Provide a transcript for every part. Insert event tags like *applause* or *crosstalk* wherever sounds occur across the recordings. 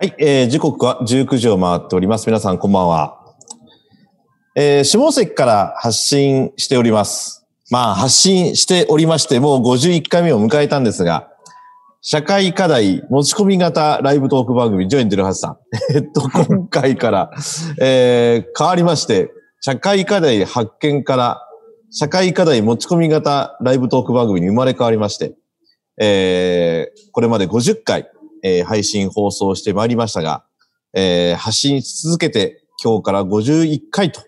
はい、えー時刻は19時を回っております。皆さん、こんばんは。えー下関から発信しております。まあ、発信しておりまして、もう51回目を迎えたんですが、社会課題持ち込み型ライブトーク番組、ジョイン・デルハスさん。 *laughs* えっと、今回から、えー変わりまして、社会課題発見から、社会課題持ち込み型ライブトーク番組に生まれ変わりまして、えーこれまで50回、えー配信放送してまいりましたが、えー発信し続けて今日から51回と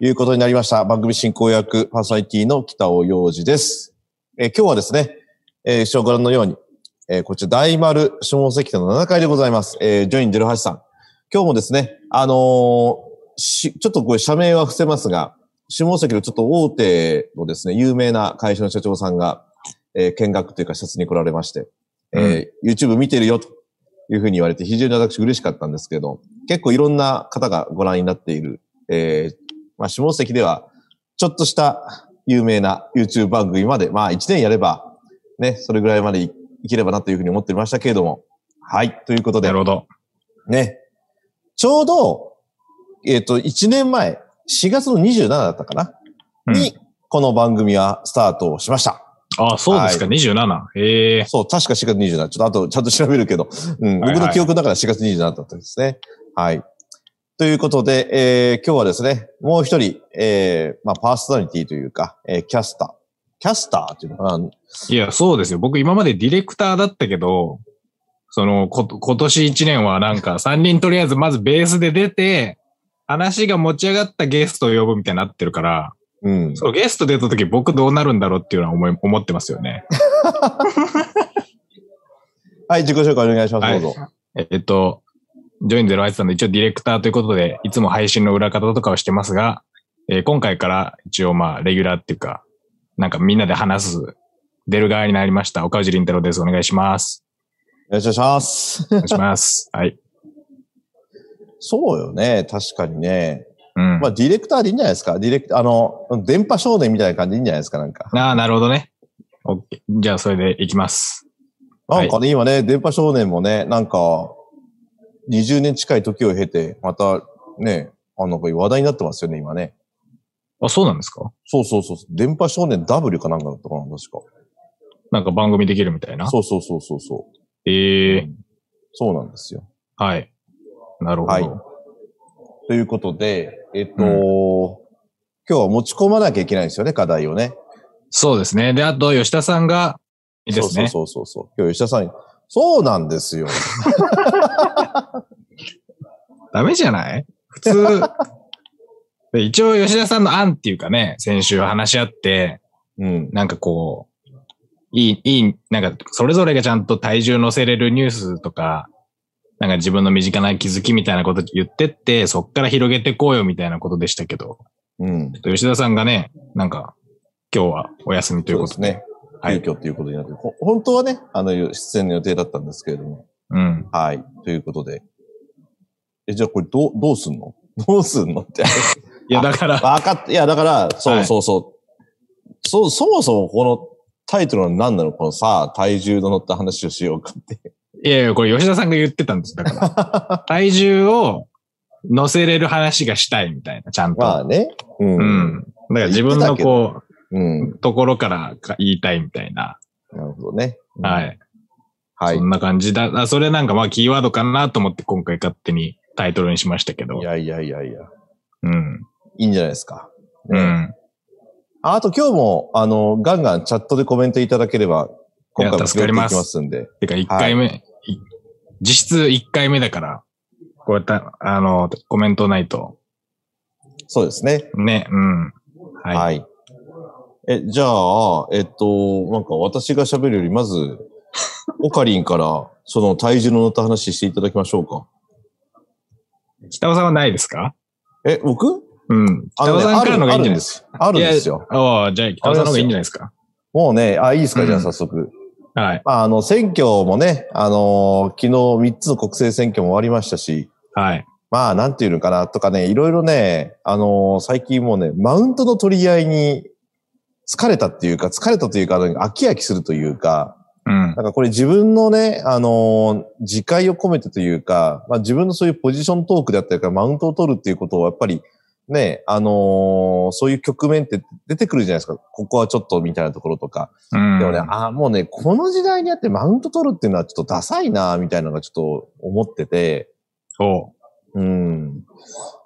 いうことになりました。番組進行役パーソナリティの北尾洋二です。えー今日はですね、えー、一応ご覧のように、えーこちら大丸下関店の7階でございます。えージョイン・デルハシさん。今日もですね、あのーしちょっとこれ社名は伏せますが、下関のちょっと大手のですね、有名な会社の社長さんが、えー見学というか視察に来られまして、えー YouTube 見てるよというふうに言われて非常に私嬉しかったんですけど、結構いろんな方がご覧になっている、えーまあ、下関ではちょっとした有名な YouTube 番組まで、まあ1年やれば、ね、それぐらいまでいいければなというふうに思っていましたけれども、はい、ということでなる、ほど。ね。ちょうど、えっ、と、1年前、4月の27だったかな、うんに、この番組はスタートをしました。ああ、そうですか、27。ええそう、確か4月27。ちょっと後、ちゃんと調べるけど、うん、はいはい僕の記憶だから4月27だったんですね。はい。ということで、えー今日はですね、もう一人、えーまあ、パーソナリティというか、えーキャスター。キャスターっていうのかないや、そうですよ。僕今までディレクターだったけど、その、こ、今年1年はなんか3人とりあえずまずベースで出て、話が持ち上がったゲストを呼ぶみたいになってるから、うん。そう、ゲスト出た時僕どうなるんだろうっていうのは思い、思ってますよね。はい、自己紹介お願いします。はいどうぞ。ええっと、ジョインゼロアイツさんの一応ディレクターということで、いつも配信の裏方とかをしてますが、えー今回から一応まあ、レギュラーっていうか、なんかみんなで話す、出る側になりました。岡内凛太郎です。お願いします。よろしくお願いします。お願い *laughs* します。はい。そうよね、確かにね。うん。まあ、ディレクターでいいんじゃないですかディレクター、あの、電波少年みたいな感じでいいんじゃないですかなんか。ああ、なるほどね。オッケーじゃあ、それでいきます。なんかね、今ね、電波少年もね、なんか、20年近い時を経て、また、ね、あの、話題になってますよね、今ね。あ、そうなんですかそうそうそう。電波少年 W かなんかだったかな、確なんか番組できるみたいなか。。そうそうそうそうそう。ええそうなんですよ。はい。なるほど。はいということで、えっと、今日は持ち込まなきゃいけないんですよね、課題をね。そうですね。で、あと、吉田さんが、いいですね。そうそうそうそう。今日吉田さんに、そうなんですよ。ダメじゃない普通。で一応、吉田さんの案っていうかね、先週話し合って、うん。なんかこう、いい、いい、なんか、それぞれがちゃんと体重乗せれるニュースとか、なんか自分の身近な気づきみたいなこと言ってって、そっから広げてこうよみたいなことでしたけど、うん。ちょっと吉田さんがね、なんか、今日はお休みということそうでで。すね。はい急遽ということになって、ほ本当はね、あの、出演の予定だったんですけれども。うん。はい。ということで。え、じゃあこれどう、どうすんの *laughs* どうすんのって。 *laughs* いや、だから、わかって、いや、だから、そはういそうそう。そう、そもそもこのタイトルは何なのこのさ、体重の乗った話をしようかって。いやいや、これ吉田さんが言ってたんです。だから、体重を乗せれる話がしたいみたいな、ちゃん *laughs* と。まあね。うん。うん。だから自分のこうん。う、ところからか言いたいみたいな。なるほどね。うんは。い。はいそ。んな感じだ。あそれなんかまあキーワードかなと思って今回勝手にタイトルにしましたけどい。やいやいやいや。うん。いいんじゃないですか。うねん。ああと今日も、あの、ガンガンチャットでコメントいただければ、今回も拾っていきますんで。てか1回目、い実質1回目だから、こうやって、あの、コメントないと。そうですね。ね、うん。はい。はい。え、じゃあ、えっと、なんか私が喋るより、まず、 *laughs* オカリンから、その体重の乗った話していただきましょうか。北尾さんはないですかえ、僕うん。あ北尾ねさんからのがいいんじあるんゃないでですす。あるんですよ。かああ、じゃあ北尾さんの方がいいんじゃないですかもうね、あ、いいですか、うんじゃあ早速。はい。まあ、あの、選挙もね、あのー昨日3つの国政選挙も終わりましたし、はい。まあ、なんていうのかな、とかね、いろいろね、あのー最近もうね、マウントの取り合いに疲れたっていうか、疲れたというか、あの飽き飽きするというか、うん。なんかこれ自分のね、あのー自戒を込めてというか、まあ自分のそういうポジショントークであったりとか、マウントを取るっていうことをやっぱり、ね、あのーそういう局面って出てくるじゃないですか。ここはちょっとみたいなところとか。うん。でもね、あーもうね、この時代にあってマウント取るっていうのはちょっとダサいな、みたいなのがちょっと思ってて、そうん。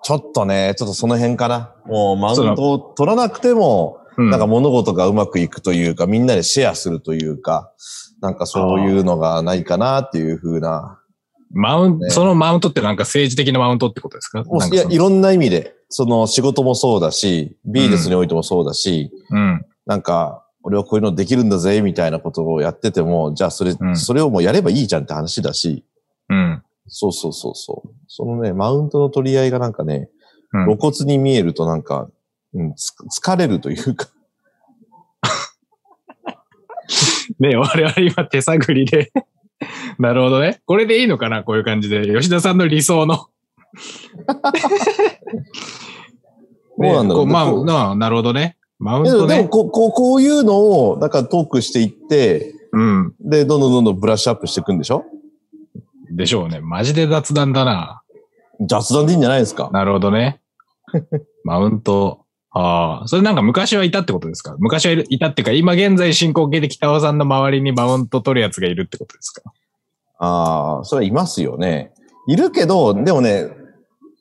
ちょっとね、ちょっとその辺かな。もうマウントを取らなくても、う。うん。なんか物事がうまくいくというか、みんなでシェアするというか、なんかそういうのがないかなっていうふうな。マウンねト、そのマウントってなんか政治的なマウントってことですかもなんうかいや、そのいろんな意味で、その仕事もそうだし、ビジネスにおいてもそうだし、うん。なんか、俺はこういうのできるんだぜ、みたいなことをやってても、じゃあそれ、うんそれをもうやればいいじゃんって話だし、うん。そうそうそうそう。そのね、マウントの取り合いがなんかね、う露ん骨に見えるとなんか、うん、つ疲れるというか、ね我々今手探りで。 *laughs* なるほどね。これでいいのかなこういう感じで。吉田さんの理想の。どうなんだろうねこまあなあ、なるほどね。マウンえでもトでもね。こうこう、こういうのを、なんかトークしていって、うん。で、どんどんどんどんブラッシュアップしていくんでしょでしょうね。マジで雑談だな。雑談でいいんじゃないですかなるほど *laughs* ね。マウント。ああ。それなんか昔はいたってことですか昔はいるいたっていうか、今現在進行形で北尾さんの周りにマウント取るやつがいるってことですかああ、それはいますよね。いるけど、でもね、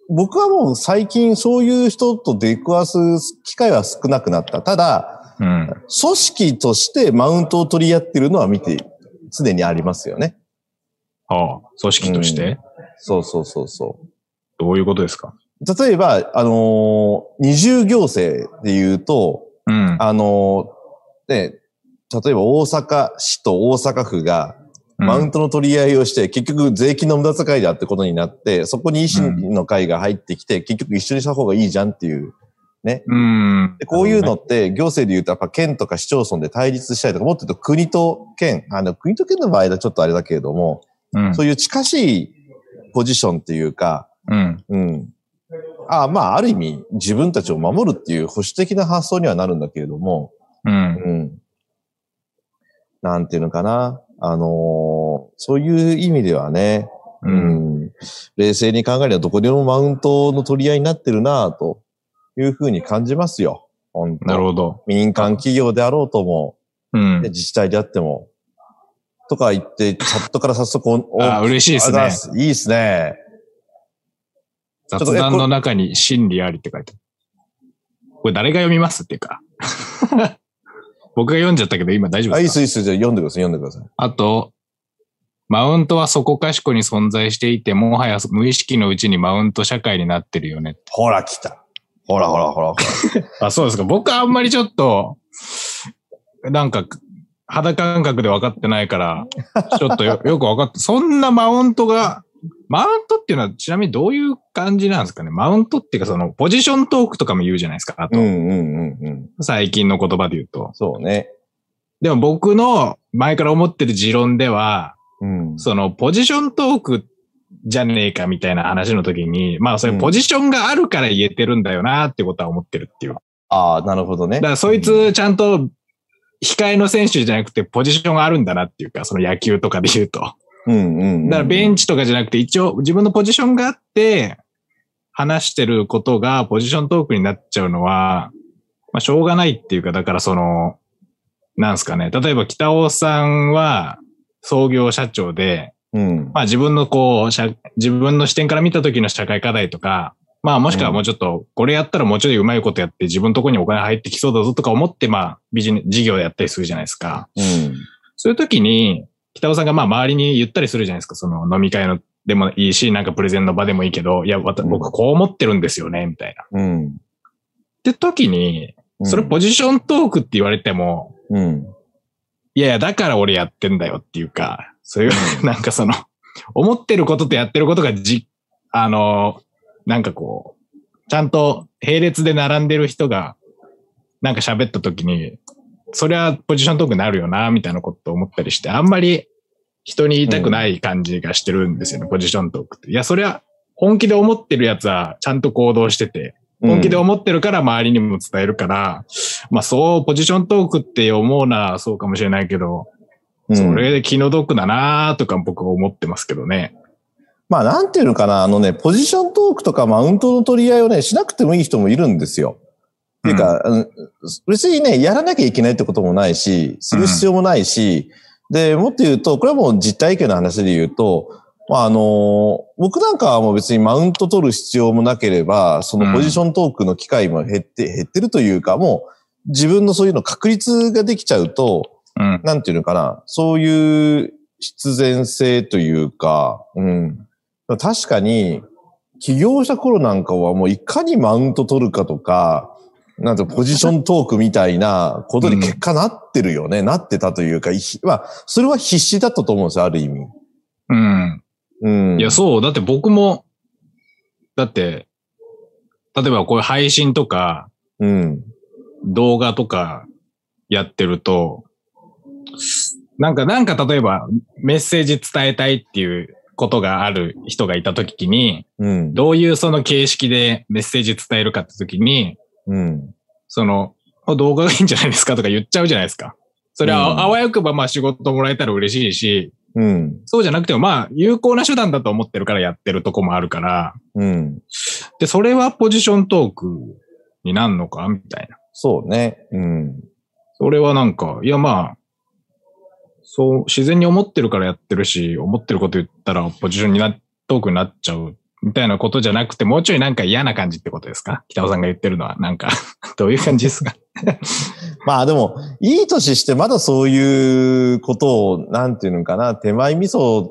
僕はもう最近そういう人と出くわす機会は少なくなった。ただ、うん。組織としてマウントを取り合ってるのは見て、常にありますよね。ああ。組織として、そうそうそうそどういうことですかう。例えば、あのー二重行政で言うと、うん。あのーね、例えば大阪市と大阪府が、マウントの取り合いをして、結局税金の無駄遣いだってことになって、そこに維新の会が入ってきて、結局一緒にした方がいいじゃんっていう。うん。でこういうのって、行政で言うとやっぱ県とか市町村で対立したりとか、もっと言うと国と県、あの、国と県の場合はちょっとあれだけれども、うん、そういう近しいポジションっていうか、うん。うん。ああまあ、ある意味、自分たちを守るっていう保守的な発想にはなるんだけれども、うん。うん。なんていうのかな。あのーそういう意味ではね、う。うんん冷静に考えればどこでもマウントの取り合いになってるなぁというふうに感じますよ。本当なるほど。民間企業であろうとも、うんで。自治体であっても。とか言って、チャットから早速お、おああ、嬉しいですね。あいいですね。雑とえ談この中に真理ありって書いてある。これ誰が読みますっていうか。 *laughs* 僕が読んじゃったけど今大丈夫あ、いいでっすかす、いいっす。じゃあ読んでください、読んでください。あと、マウントはそこかしこに存在していて、もはや無意識のうちにマウント社会になってるよね。ほら、来た。ほら、ほら、ほら。ほらあ、そうですか。僕はあんまりちょっと、なんか、肌感覚で分かってないから、ちょっとよよく分かって、そんなマウントが、マウントっていうのはちなみにどういう感じなんですかねマウントっていうかそのポジショントークとかも言うじゃないですか。あうと、ん、うん、うん、うん。最近の言葉で言うと。そうね。でも僕の前から思ってる持論では、うん。そのポジショントークじゃねえかみたいな話の時に、まあそういうポジションがあるから言えてるんだよなってことは思ってるっていう。ああ、なるほどね。だからそいつちゃんと控えの選手じゃなくてポジションがあるんだなっていうか、その野球とかで言うと。だかうん、うんうん、うん。らベンチとかじゃなくて一応自分のポジションがあって話してることがポジショントークになっちゃうのは、まあしょうがないっていうか、だからその、なんですかね。例えば北尾さんは創業社長で、うん。まあ自分のこう、社自分の視点から見た時の社会課題とか、まあもしくはもうちょっと、これやったらもうちょいうまいことやって自分のとこにお金入ってきそうだぞとか思って、まあビジネス、事業やったりするじゃないですか。うん。そういう時に、北尾さんがまあ周りに言ったりするじゃないですか。その飲み会のでもいいし、なんかプレゼンの場でもいいけど、いや、わたうん僕こう思ってるんですよね、みたいな。っうん。て時に、それポジ、ジショントークって言われても、うん。いやいや、だから俺やってんだよっていうか、そういう、なんかその、思ってることとやってることがじ、あの、なんかこう、ちゃんと並列で並んでる人が、なんか喋った時に、そりゃポジショントークになるよな、みたいなことを思ったりして、あんまり人に言いたくない感じがしてるんですよね、ポジショントークって。いや、そりゃ、本気で思ってるやつはちゃんと行動してて、本気で思ってるから周りにも伝えるから、まあそう、ポジショントークって思うな、そうかもしれないけど、うんそれで気の毒だなとか僕は思ってますけどね。まあ、なんていうのかな、あのね、ポジショントークとかマウントの取り合いをね、しなくてもいい人もいるんですよ。っていうか、うん別にね、やらなきゃいけないってこともないし、する必要もないし、で、もっと言うと、これはもう実体験の話で言うと、まあ、あの、僕なんかはもう別にマウント取る必要もなければ、そのポジショントークの機会も減って、減ってるというか、もう自分のそういうの確立ができちゃうと、うん。なんていうのかな、そういう必然性というか、うん。確かに、起業した頃なんかはもういかにマウント取るかとか、なんてポジショントークみたいなことに結果なってるよね。なってたというか、いまあ、それは必死だったと思うんですよ、ある意味。うん。うん。いや、そう。だって僕も、だって、例えばこういう配信とかうん。動画とかやってると、なんか、なんか例えばメッセージ伝えたいっていうことがある人がいたときに、うん。どういうその形式でメッセージ伝えるかって時に、うん。その、あ動画がいいんじゃないですかとか言っちゃうじゃないですか。それは、うんあわよくばまあ仕事もらえたら嬉しいし、うん。そうじゃなくてもまあ有効な手段だと思ってるからやってるとこもあるから、うん。で、それはポジショントークになんのかみたいな。そうね。うん。それはなんか、いやまあ、そう、自然に思ってるからやってるし、思ってること言ったらポジションにな、トークになっちゃうみたいなことじゃなくて、もうちょいなんか嫌な感じってことですか北尾さんが言ってるのは、なんか、 *laughs* どういう感じですかまあでも、いい年してまだそういうことを、なんていうのかな、手前味噌、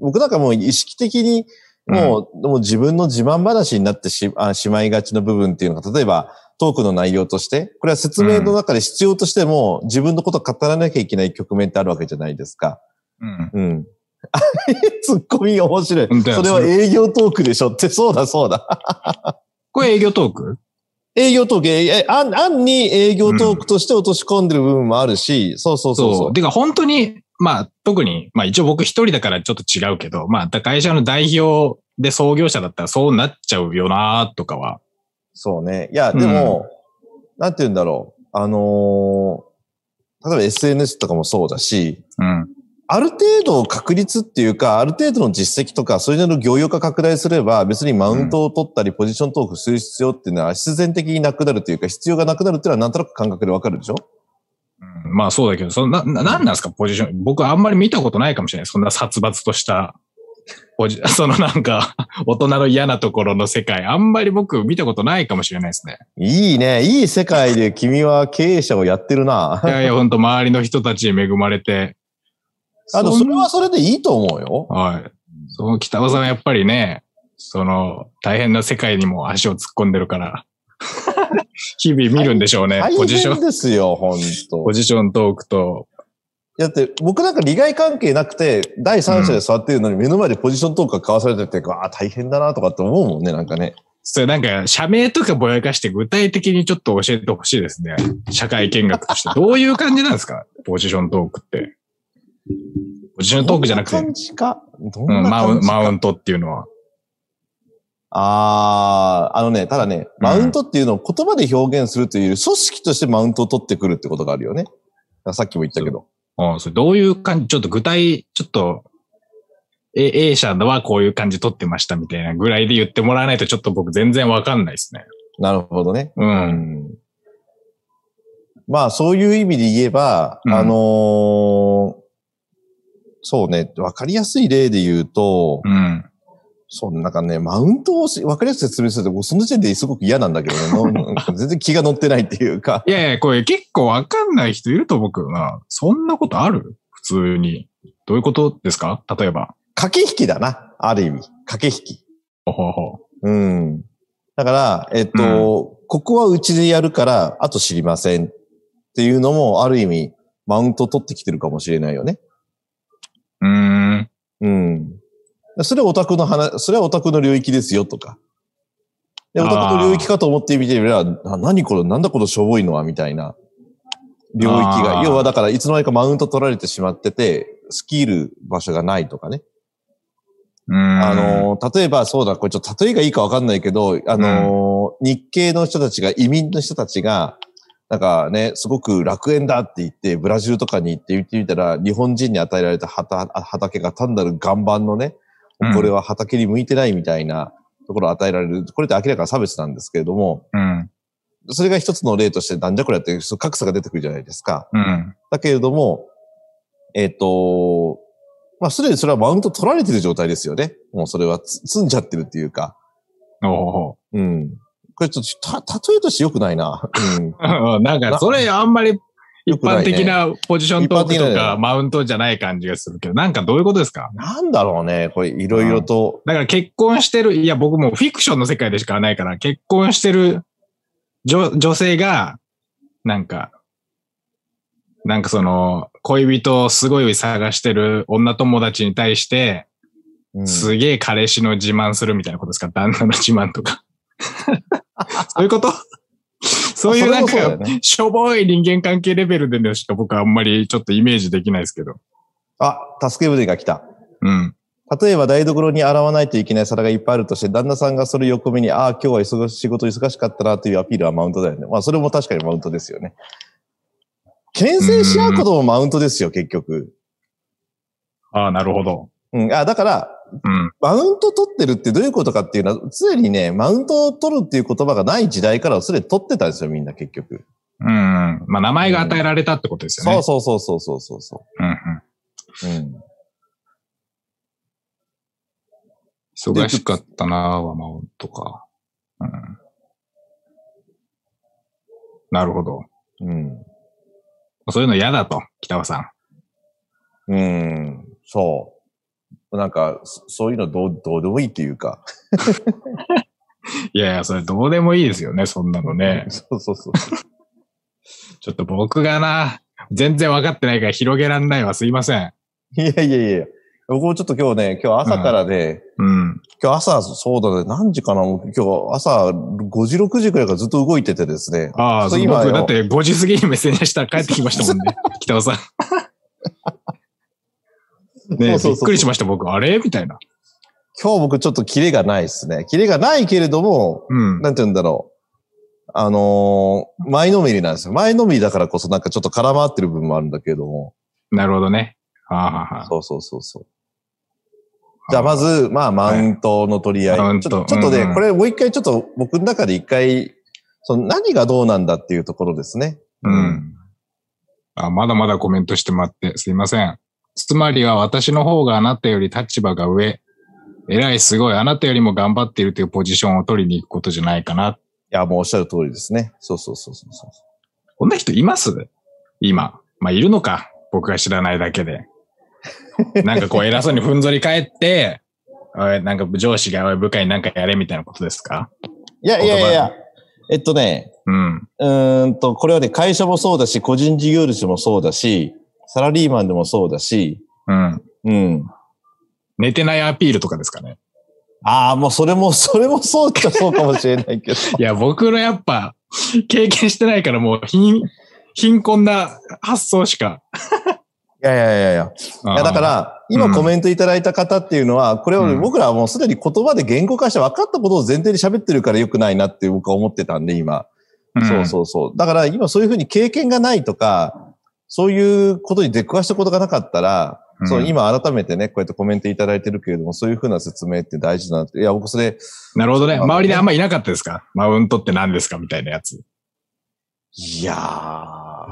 僕なんかもう意識的に、もう、もう自分の自慢話になってしあしまいがちの部分っていうのが、例えばトークの内容として、これは説明の中で必要としても、自分のことを語らなきゃいけない局面ってあるわけじゃないですか。うん。うん。 *laughs* あれツッコミ面白い本当。やそれはそれ営業トークでしょって、そうだそうだ。 *laughs* これ営業トーク営業トーク、ええ、あん、あんに営業トークとして落とし込んでる部分もあるし、そうそうそうそう。てか本当に、まあ特に、まあ一応僕一人だからちょっと違うけど、まあだ会社の代表で創業者だったらそうなっちゃうよなとかは。そうね。いや、でも、なんて言うんだろう。あのー例えば SNS とかもそうだし、うん。ある程度確率っていうか、ある程度の実績とか、それなりの業用化拡大すれば、別にマウントを取ったり、ポジショントークする必要っていうのは必然的になくなるというか、必要がなくなるっていうのはなんとなく感覚でわかるでしょうんまあそうだけど、そのな、な、なんなんですか、ポジション。僕あんまり見たことないかもしれない。そんな殺伐とした、ポジ、 *laughs* そのなんか、大人の嫌なところの世界。あんまり僕見たことないかもしれないですね。いいね。いい世界で君は経営者をやってるな。いやいや、本当周りの人たちに恵まれて。あの、んそれはそれでいいと思うよ。はい。その北尾さんはやっぱりね、その、大変な世界にも足を突っ込んでる *laughs* から、日々見るんでしょうね。大ポジショ変ン、ですよ、本当ポジショントークと、だって、僕なんか利害関係なくて、第三者で座ってるのに目の前でポジショントークが交わされてるっていうか、ああ、大変だなとかって思うもんね、なんかね。それなんか、社名とかぼやかして具体的にちょっと教えてほしいですね。社会見学 *laughs* として。どういう感じなんですかポジショントークって。ポジショントークじゃなくて、どん感じか。どんうんなマウ感ンじか。マウントっていうのは。ああ、あのね、ただね、うんマウントっていうのを言葉で表現するというより、組織としてマウントを取ってくるってことがあるよね。だからさっきも言ったけど。うん、それどういう感じちょっと具体、ちょっと、A, A 社はこういう感じ取ってましたみたいなぐらいで言ってもらわないとちょっと僕全然わかんないですね。なるほどね。うう。んんまあ、そういう意味で言えば、うんあのーそうね、わかりやすい例で言うと、うん。そうね、なんかね、マウントをしわかりやすく説明すると、もうその時点ですごく嫌なんだけどねのなんか、全然気が乗ってないっていうか。いやいや、これ結構わかんない人いると思うけどな。そんなことある普通に。どういうことですか例えば。駆け引きだな、ある意味。駆け引き。ほうほうほううん。だから、えっと、ここはうちでやるから、あと知りませんっていうのも、ある意味、マウント取ってきてるかもしれないよね。うーん。うん。それはオタクの話、それはオタクの領域ですよとか。で、あオータクの領域かと思って見てみれば、な何これ、なんだこのしょぼいのは、みたいな領域あが。ー要はだから、いつの間にかマウント取られてしまってて、スキル場所がないとかね。うーんあ、のー、例えばそうだ、これちょっと例えがいいかわかんないけど、あのー、日系の人たちが、移民の人たちが、なんかね、すごく楽園だって言って、ブラジルとかに行って言ってみたら、日本人に与えられた畑畑が単なる岩盤のね、うんこれは畑に向いてないみたいなところを与えられる。これって明らかな差別なんですけれども、うん。それが一つの例として、なんじゃこりゃってそう格差が出てくるじゃないですか。うん。だけれども、えっ、と、まあ、すでにそれはマウント取られてる状態ですよね。もうそれはつ積んじゃってるっていうか。おお。うん。これちょっと、た、例えとして良くないな。うん。 *laughs* なんか、それあんまり一良くな般いね的なポジショントーク一般的となねかマウントじゃない感じがするけど、なんかどういうことですかなんだろうね。これ、いろいろと。だから結婚してる、いや僕もうフィクションの世界でしかないから、結婚してる女女性が、なんか、なんかその、恋人をすごい探してる女友達に対して、うんすげえ彼氏の自慢するみたいなことですか旦那の自慢とか。そういうことそういうなんそれもそうだよか、ねしょぼい人間関係レベルでねしか僕はあんまりちょっとイメージできないですけど。あ、助け舟が来た。うん。例えば台所に洗わないといけない皿がいっぱいあるとして、旦那さんがそれを横目に、ああ、今日は忙し仕事忙しかったなというアピールはマウントだよね。まあ、それも確かにマウントですよね。牽制し合うこともマウントですよ、結局。ああ、なるほど。うん。あ、だから、うん。マウント取ってるってどういうことかっていうのは、常にね、マウントを取るっていう言葉がない時代からはそれ取ってたんですよ、みんな結局。うん。まあ、名前が与えられたってことですよね。そうそうそうそうそうそうそうんうん。う。うん。忙しかったなぁはマウントか。うん。なるほど。うん。そういうの嫌だと、北尾さん。うん。そう。なんか、そそういうのどう、どうでもいいっていうか。。いやいや、それどうでもいいですよね、そんなのね *laughs* そうそうそう。ちょっと僕がな、全然分かってないから広げらんないわ、すいません。いやいやいや。僕もちょっと今日ね、今日朝からね、うん。今日朝、そうだね、何時かなもう今日朝5時、6時くらいからずっと動いててですね。ああ、そそうう今僕、よだって5時過ぎにメッセンジャーしたら帰ってきましたもんね、 *laughs* *laughs* 北尾さん。ねえそうそうそうびっくりしました、僕。あれみたいな。今日僕ちょっとキレがないですね。キレがないけれども、うん。なんて言うんだろう。あのー前のめりなんですよ。前のめりだからこそなんかちょっと空回ってる部分もあるんだけれども。なるほどね。はあ、はあはあ、そうそうそうそう。じゃあまず、まあ、マウントの取り合い。はいマウンちトょっとちょっとね、うんうんこれもう一回ちょっと僕の中で一回、その何がどうなんだっていうところですね。うん。あ、まだまだコメントしてもらってすいません。つまりは私の方があなたより立場が上。偉いすごい。あなたよりも頑張っているというポジションを取りに行くことじゃないかな。いや、もうおっしゃる通りですね。そうそうそうそうそう。こんな人います今。まあ、いるのか。僕が知らないだけで。なんかこう偉そうにふんぞり返って、おい、なんか上司がおい部下になんかやれみたいなことですかいやいやいやいや、えっとね、うん。うーんと、これはね、会社もそうだし、個人事業主もそうだし、サラリーマンでもそうだし、うん。うん。寝てないアピールとかですかね。ああ、もうそれも、それもそうっちゃそうかもしれ *laughs* ないけど。いや、僕のやっぱ、経験してないからもう、貧、貧困な発想しか。いやいやいやいや。いいや、だか、ら、今うんコメントいただいた方っていうのは、これうをん僕らはもうすでに言葉で言語化して分かったことを前提に喋ってるから良くないなって僕は思ってたんで、今。そうそうそう。だから今そういうふうに経験がないとか、そういうことに出くわしたことがなかったら、うんそう、今改めてね、こうやってコメントいただいてるけれども、そういうふうな説明って大事だなって。いや、僕それ、うん。なるほどね。そうなんだね周りであんまいなかったですかマウントって何ですかみたいなやつ。いやー、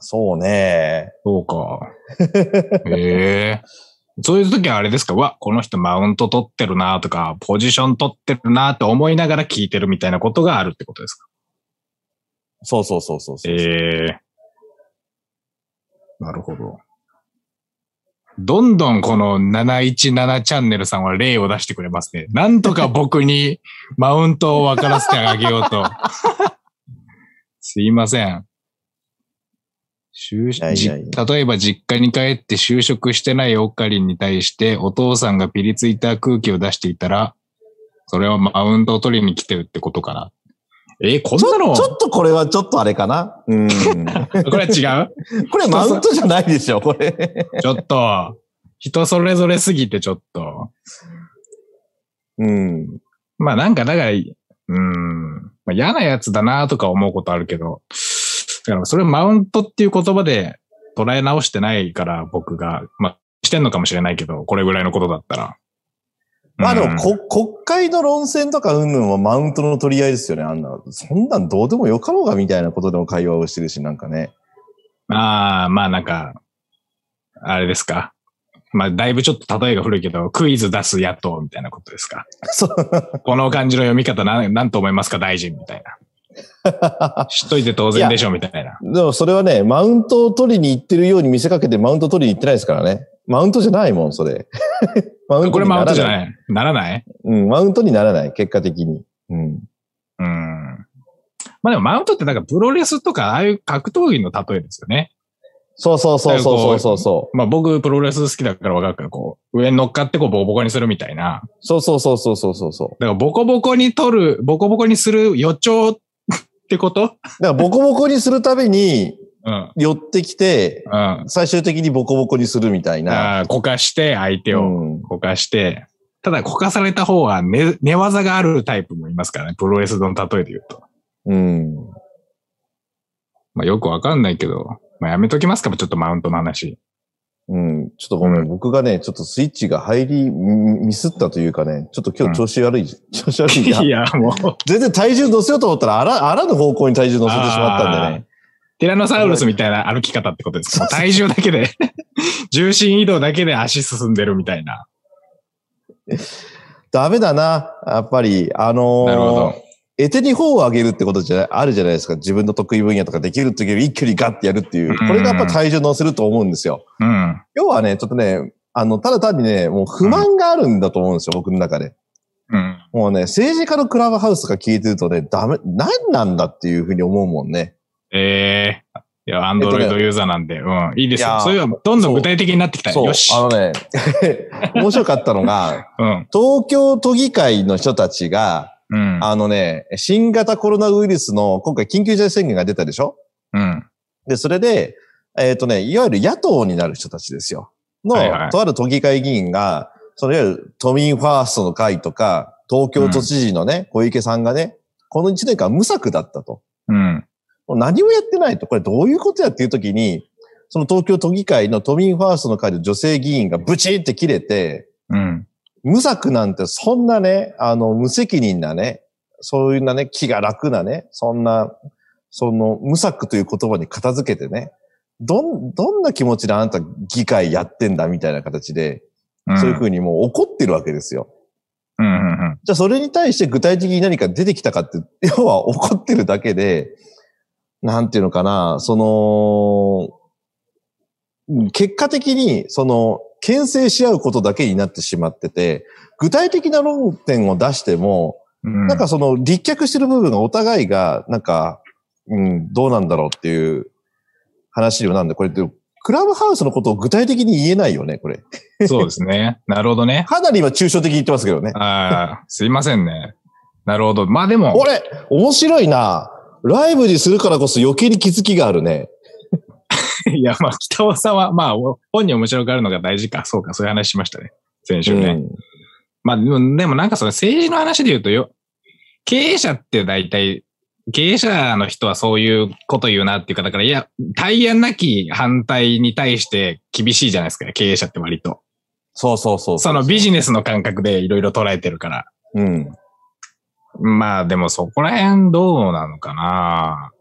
そうね。そうか。 *laughs* へえそういう時はあれですかうわ、この人マウント取ってるなとか、ポジション取ってるなと思いながら聞いてるみたいなことがあるってことですかそうそうそうそうそう。ええなるほど。どんどんこの717チャンネルさんは例を出してくれますね。なんとか僕に *laughs* マウントを分からせてあげようと。 *laughs* すいません。就いやいやいじ例えば実家に帰って就職してないオカリンに対してお父さんがピリついた空気を出していたら、それはマウントを取りに来てるってことかな。えーこんちょなのちょっとこれはちょっとあれかな。 *laughs* うん。これは違うこれマウントじゃないでしょ、これ。 *laughs* ちょっと、人それぞれすぎてちょっと。うん。まあなんか、だから、うーん、まあ、嫌なやつだなとか思うことあるけど、だからそれをマウントっていう言葉で捉え直してないから僕が、まあ、してんのかもしれないけど、これぐらいのことだったら。まあでうもんこ、国会の論戦とかうんぬんはマウントの取り合いですよね、あんな。そんなんどうでもよかろうがみたいなことでも会話をしてるし、なんかね。ああ、まあなんか、あれですか。まあだいぶちょっと例えが古いけど、クイズ出す野党みたいなことですか。そう。この漢字の読み方なん、なんと思いますか大臣みたいな。知っといて当然でしょみたいな。でもそれはね、マウントを取りに行ってるように見せかけてマウント取りに行ってないですからね。マウントじゃないもん、そ *laughs* れ。マウこれマウントじゃい。ないならないうん、マウントにならない、結果的に。うん。うん。まあでもマウントってなんかプロレスとかああいう格闘技の例えですよね。そうそうそうそうそうそうそまあ僕プロレス好きだからわかるけど、こう、上に乗っかってこうボコボコにするみたいな。う。そうそうそうそうそうそうそう。だからボコボコに取る、ボコボコにする予兆ってことだからボコボコにするたびにうん。寄ってきて、うん。最終的にボコボコにするみたいな。ああ、こかして、相手をうんこかして、ただこかされた方は寝、寝技があるタイプもいますからね、プロレスの例えで言うと。うん。まあよくわかんないけど、まあやめときますかも、ちょっとマウントの話。うん。ちょっとごめん,、うん僕がね、ちょっとスイッチが入り、んミスったというかね、ちょっと今日調子悪い、 *laughs* 調子悪い *laughs* いな。や、もう、全然体重乗せようと思ったら、あら、あらぬ方向に体重乗せてしまったんでね。ティラノサウルスみたいな歩き方ってことですか。もう体重だけで、 *laughs* 重心移動だけで足進んでるみたいな。ダメだな。やっぱり、あのーなるほど得手に方を上げるってことじゃない、あるじゃないですか。自分の得意分野とかできる時より一挙にガッてやるっていう。これがやっぱ体重乗せると思うんですよ。うん。要はね、ちょっとね、あの、ただ単にね、もう不満があるんだと思うんですよ、僕の中で。うん。もうね、政治家のクラブハウスとか聞いてるとね、ダメ、何なんだっていうふうに思うもんね。ええいや、アンドロイドユーザーなんで、うん。いいですいやよ。ーそういうのどんどん具体的になってきたよ。そうよし。、あのね、 *laughs* 面白かったのが、うん。東京都議会の人たちが、うん。あのね、新型コロナウイルスの今回緊急事態宣言が出たでしょうん。で、それで、えっ、とね、いわゆる野党になる人たちですよ。の、はいはいとある都議会議員が、そのいわゆる都民ファーストの会とか、東京都知事のね、小池さんがね、この1年間無策だったと。うん。もう何もやってないと、これどういうことやっていう時に、その東京都議会の都民ファーストの会で女性議員がブチーって切れて、うん。無策なんてそんなね、あの、無責任なね、そういうなね、気が楽なね、そんな、その、無策という言葉に片付けてね、どん、どんな気持ちであなた議会やってんだみたいな形で、うん。そういうふうにもう怒ってるわけですよ。うん。うん。うん。じゃあそれに対して具体的に何か出てきたかって、 *laughs* 要は怒ってるだけで、なんていうのかな、その、うん結果的に、その、牽制し合うことだけになってしまってて、具体的な論点を出しても、ななんかその立脚してる部分がお互いが、なんか、うん、どうなんだろうっていう話にもなるんで、これ、でもクラブハウスのことを具体的に言えないよね、これ。 *laughs* そうですね。なるほどね。かなり今抽象的に言ってますけどね。ああ、すいませんね。なるほど。まあでも、俺、面白いな。ライブにするからこそ余計に気づきがあるね。 *laughs* いや、まあ、北尾さんは、まあ、お本に面白があるのが大事か。そうか、そういう話しましたね。先週ね。うんまあ、でも、でもなんかその政治の話で言うとよ、経営者って大体、経営者の人はそういうこと言うなっていうか、だから、いや、対案なき反対に対して厳しいじゃないですか、経営者って割と。そうそうそうそのビジネスの感覚でいろいろ捉えてるから。うん。まあでもそこら辺どうなのかな。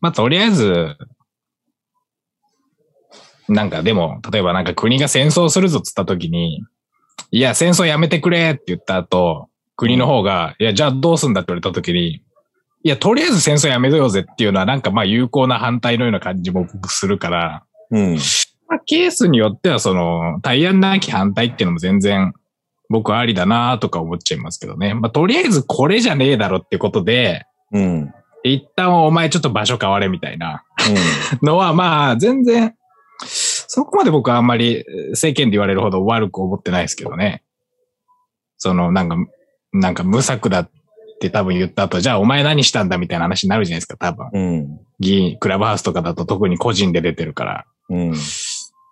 まあとりあえず、なんかでも、例えばなんか国が戦争するぞっつった時に、いや戦争やめてくれって言った後、国の方が、いやじゃあどうすんだって言われた時に、いやとりあえず戦争やめろよぜっていうのはなんかまあ有効な反対のような感じも僕するから、うん。まあケースによってはその対案なき反対っていうのも全然僕はありだなとか思っちゃいますけどね。まあ、とりあえずこれじゃねえだろってことで、うん。一旦お前ちょっと場所変われみたいな *laughs* のはまあ全然、そこまで僕はあんまり世間で言われるほど悪く思ってないですけどね。そのなんか、なんか無策だって多分言った後、じゃあお前何したんだみたいな話になるじゃないですか、多分。うん。議員、クラブハウスとかだと特に個人で出てるから。うん。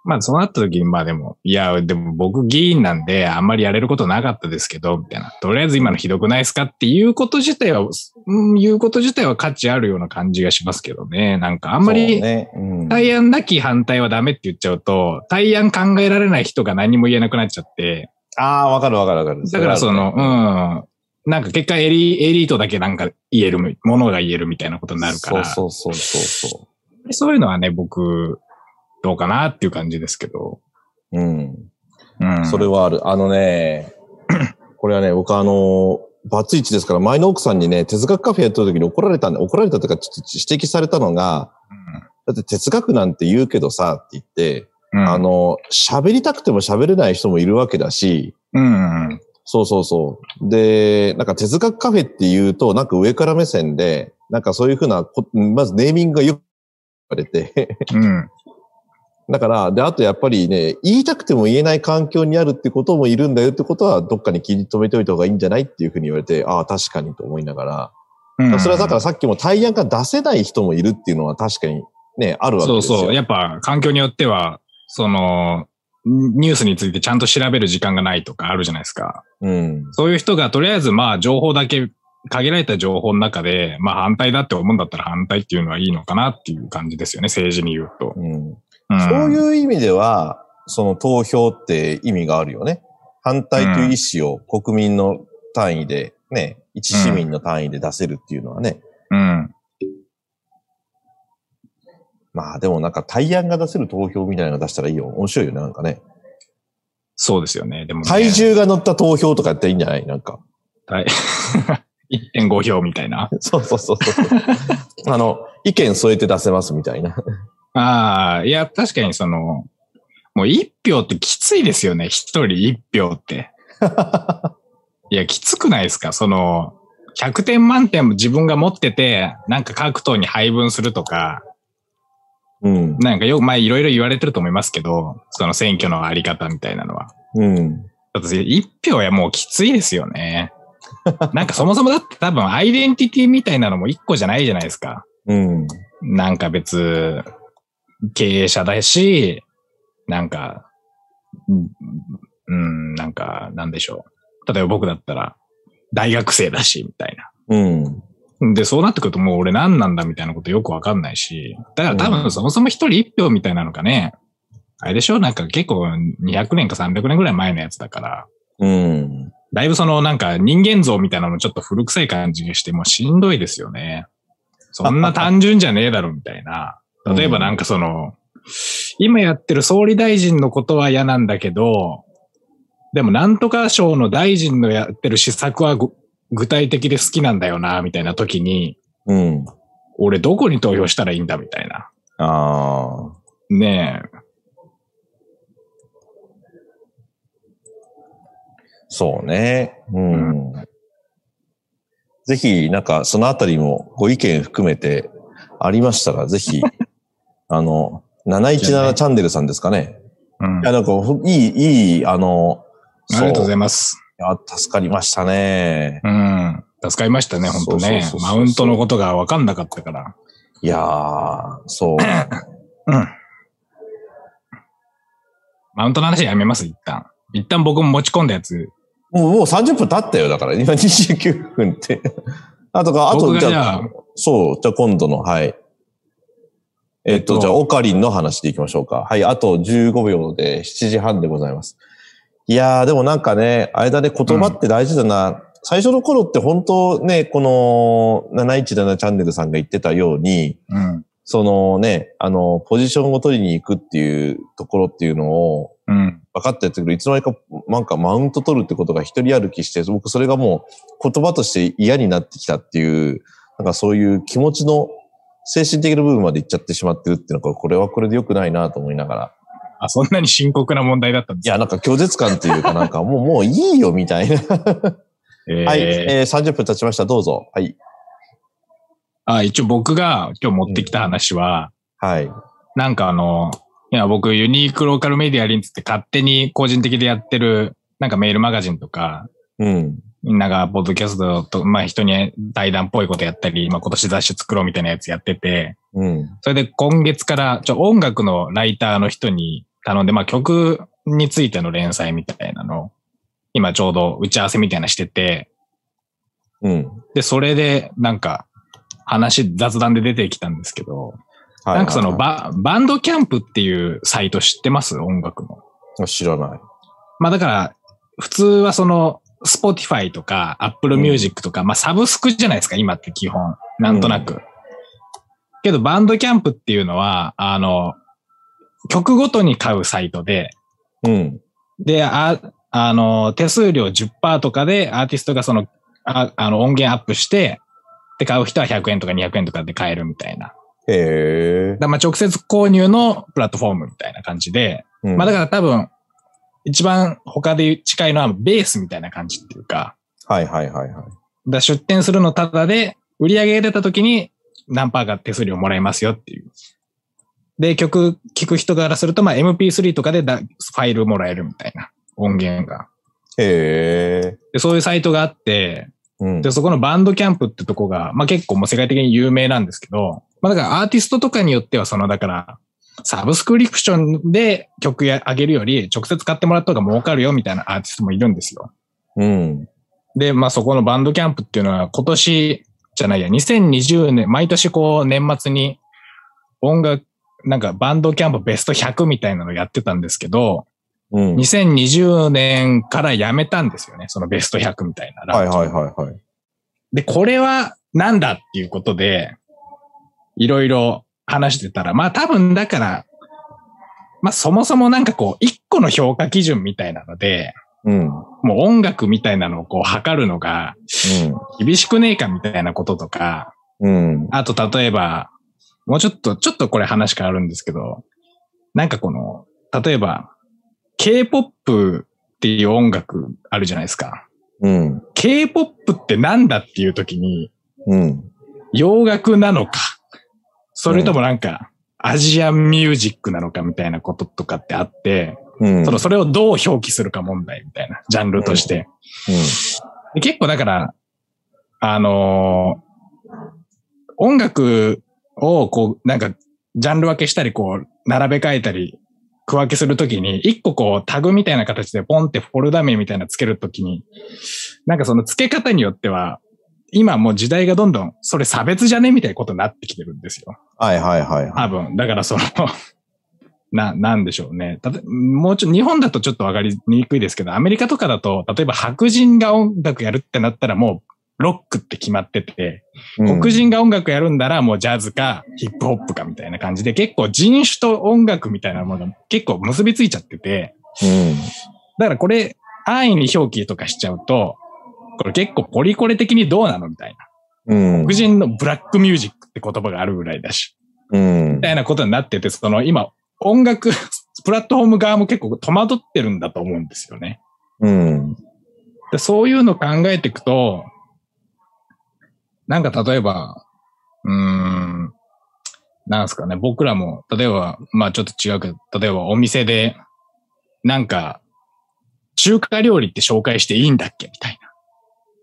まあ、そうなった時に、まあでも、いや、でも僕議員なんで、あんまりやれることなかったですけど、みたいな。とりあえず今のひどくないですかっていうこと自体は、うん、言うこと自体は価値あるような感じがしますけどね。なんかあんまそうりねうん、対案なき反対はダメって言っちゃうと、対案考えられない人が何も言えなくなっちゃって、ああ、わかるわかるわかる。だからその、れはあるねうん、なんか結果エリエリートだけなんか言えるみ、ものが言えるみたいなことになるから、そうそうそうそうそうそいうのはね、僕、どうかなっていう感じですけど、う。うん。うん。それはある。あのね、 *clears throat* これはね、僕あの、バツイチですから、前の奥さんにね、哲学カフェやってる時に怒られたんで、怒られたというか、ちょっと指摘されたのが、だって哲学なんて言うけどさ、って言って、うん、あの、喋りたくても喋れない人もいるわけだし、うん、うん、そうそうそう。で、なんか哲学カフェって言うと、なんか上から目線で、なんかそういうふうなこ、まずネーミングがよく言われて、 *laughs* うん、だから、で、あとやっぱりね、言いたくても言えない環境にあるってこともいるんだよってことは、どっかに気に留めておいた方がいいんじゃないっていうふうに言われて、ああ、確かにと思いながら。うだかん。らそれはだからさっきも対案が出せない人もいるっていうのは確かにね、あるわけそでうすよ。そう。やっぱ環境によっては、その、ニュースについてちゃんと調べる時間がないとかあるじゃないですか。うん。そういう人がとりあえずまあ情報だけ、限られた情報の中で、まあ反対だって思うんだったら反対っていうのはいいのかなっていう感じですよね、政治に言うと。うん。うんそういう意味では、その投票って意味があるよね。反対という意思を国民の単位で、ね、一市民の単位で出せるっていうのはね。うん。まあでもなんか対案が出せる投票みたいなのが出したらいいよ。面白いよね、なんかね。そうですよね。でもね、体重が乗った投票とかやっていいんじゃないなんか。体 *laughs* 1.5票みたいな。 *laughs* そうそうそうそう。 *laughs* あの、意見添えて出せますみたいな。ああ、いや、確かにその、もう1票ってきついですよね。1人1票って。いや、きつくないですかその、100点満点も自分が持ってて、なんか各党に配分するとか、うん。なんかよく、まあいろいろ言われてると思いますけど、その選挙のあり方みたいなのは。うん。だって一票はもうきついですよね。なんかそもそもだって多分アイデンティティみたいなのも一個じゃないじゃないですか。うん。なんか別、経営者だし、なんか、うんうん、なんか、なんでしょう。例えば僕だったら、大学生だし、みたいな。うん。で、そうなってくるともう俺何なんだみたいなことよくわかんないし、だから多うん分そもそも一人一票みたいなのがね、あれでしょなんか結構200年か300年ぐらい前のやつだから、うん。だいぶそのなんか人間像みたいなのもちょっと古臭い感じがしてもうしんどいですよね。そんな単純じゃねえだろみたいな。例えばなんかその、今やってる総理大臣のことは嫌なんだけど、でもなんとか省の大臣のやってる施策はご具体的で好きなんだよな、みたいな時に、うん。俺どこに投票したらいいんだみたいな。ああ。ねそうね。うん。ぜひ、なんか、そのあたりもご意見含めてありましたら、ぜ *laughs* ひ、あの、717チャンネルさんですかね。え。うんいや、なんか、ほいい、いい、あの、ありがとうございまます。す。助かりましたね。うん。助かりましたね、本当ねそうそうそう。そマうウントのことが分かんなかったから。いやー、そう。 *laughs* うん。マウントの話やめます、一旦。一旦僕も持ち込んだやつ。もう、もう30分経ったよ、だから。今29分って。あとか、あ僕と、がじじゃあゃあ、そう、じゃあ今度の、はい。えっえと、っとじゃあ、オカリンの話でいきましょうか。はい、あと15秒で7時半でございます。いやー、でもなんかね、間で言葉って大事だな。最初の頃って本当ね、この717チャンネルさんが言ってたように、うん。そのね、あの、ポジションを取りに行くっていうところっていうのを、うん。分かったやつだけど、いつの間にか、なんかマウント取るってことが一人歩きして、僕それがもう言葉として嫌になってきたっていう、なんかそういう気持ちの精神的な部分までいっちゃってしまってるっていうのが、これはこれで良くないなと思いながら。あ、そんなに深刻な問題だったんでいすかや、なんか拒絶感っていうかなんかもう、もういいよみたいな。はい、えーえー30分経ちました。どうぞ。はい。あ、一応僕が今日持ってきた話は、はい。なんかあの、いや、僕、ユニークローカルメディアリンツって勝手に個人的でやってる、なんかメールマガジンとか、うん。みんながポッドキャストと、まあ人に対談っぽいことやったり、まあ今年雑誌作ろうみたいなやつやってて、うん。それで今月から、ちょ、音楽のライターの人に頼んで、まあ曲についての連載みたいなのを、今ちょうど打ち合わせみたいなのしてて、うん。で、それで、なんか、話、雑談で出てきたんですけど、はいなんかそのはいはバ、バンドキャンプっていうサイト知ってます音楽の。い知らない。まあだから、普通はその、Spotify とか Apple Music とか、まあサブスクじゃないですか、今って基本。なんとなく。けど、バンドキャンプっていうのは、あの、曲ごとに買うサイトで、うん。で、あ、あの、手数料10%とかでアーティストがその、ああの音源アップして、で、買う人は100円とか200円とかで買えるみたいな。へえだか。らまあ直接購入のプラットフォームみたいな感じで、うんまあだから多分、一番他で近いのはベースみたいな感じっていうか、はいはいはいはい。だから出店するのタダで、売り上げが出た時に何パーか手数料もらえますよっていう。で、曲聴く人からすると、まあ MP3 とかでだファイルもらえるみたいな音源が。へえ。で、そういうサイトがあって、うん。で、そこのバンドキャンプってとこが、まあ結構もう世界的に有名なんですけど、まあだからアーティストとかによっては、そのだから、サブスクリプションで曲や上げるより、直接買ってもらった方が儲かるよみたいなアーティストもいるんですよ。うん。で、まあそこのバンドキャンプっていうのは今年じゃないや、2020年、毎年こう年末に音楽、なんかバンドキャンプベスト100みたいなのやってたんですけど、うん。 2020年からやめたんですよね。そのベスト100みたいなランキングはいはいはいはい。で、これはなんだっていうことで、いろいろ話してたら、まあ多分だから、まあそもそもなんかこう、一個の評価基準みたいなので、うん。うん。もう音楽みたいなのをこう測るのが厳しくねえかみたいなこととか、うん。あと例えば、もうちょっと、ちょっとこれ話変わるんですけど、なんかこの、例えば、K-POP っていう音楽あるじゃないですか。うん。 K-POP ってなんだっていう時に、うん。洋楽なのか、それともなんか、アジアンミュージックなのかみたいなこととかってあって、うん。そのそれをどう表記するか問題みたいな、ジャンルとして。で結構だから、あのー音楽をこう、なんか、ジャンル分けしたり、こう、並べ替えたり、区分けするときに、一個こう、タグみたいな形でポンってフォルダ名みたいなのつけるときに、なんかその付け方によっては、今もう時代がどんどん、それ差別じゃねみたいなことになってきてるんですよ。はいはいはいはい。多分。だからその、 *laughs* な、なんでしょうね。たともうちょ、日本だとちょっとわかりにくいですけど、アメリカとかだと、例えば白人が音楽やるってなったらもう、ロックって決まってて、うん黒。人が音楽やるんならもうジャズかヒップホップかみたいな感じで、結構人種と音楽みたいなものが結構結びついちゃってて、だからこれ、安易に表記とかしちゃうと、これ結構ポリコレ的にどうなのみたいな。うん。うん黒。人のブラックミュージックって言葉があるぐらいだし。うんみ。たいなことになってて、その今、音楽、 *laughs* プラットフォーム側も結構戸惑ってるんだと思うんですよね。うん。でそういうの考えていくと、なんか例えば、うーん、なんですかね、僕らも、例えば、まあちょっと違うけど、例えばお店で、なんか、中華料理って紹介していいんだっけみたいな。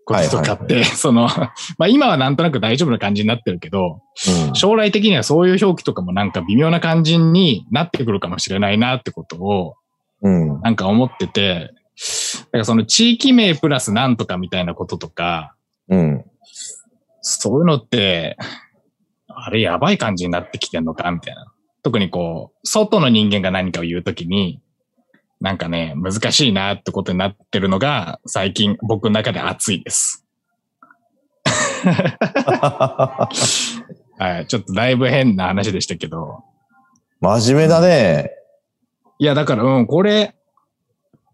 こととかって、はいはい *laughs* その、まあ今はなんとなく大丈夫な感じになってるけど、将来的にはそういう表記とかもなんか微妙な感じになってくるかもしれないなってことをうん。うん。なんか思ってて、だからその地域名プラスなんとかみたいなこととか、うん。そういうのって、あれやばい感じになってきてんのかみたいな。特にこう、外の人間が何かを言うときに、なんかね、難しいなってことになってるのが最近僕の中で熱いです。はい。ちょっとだいぶ変な話でしたけど、真面目だね。いや、だから、うん、これ、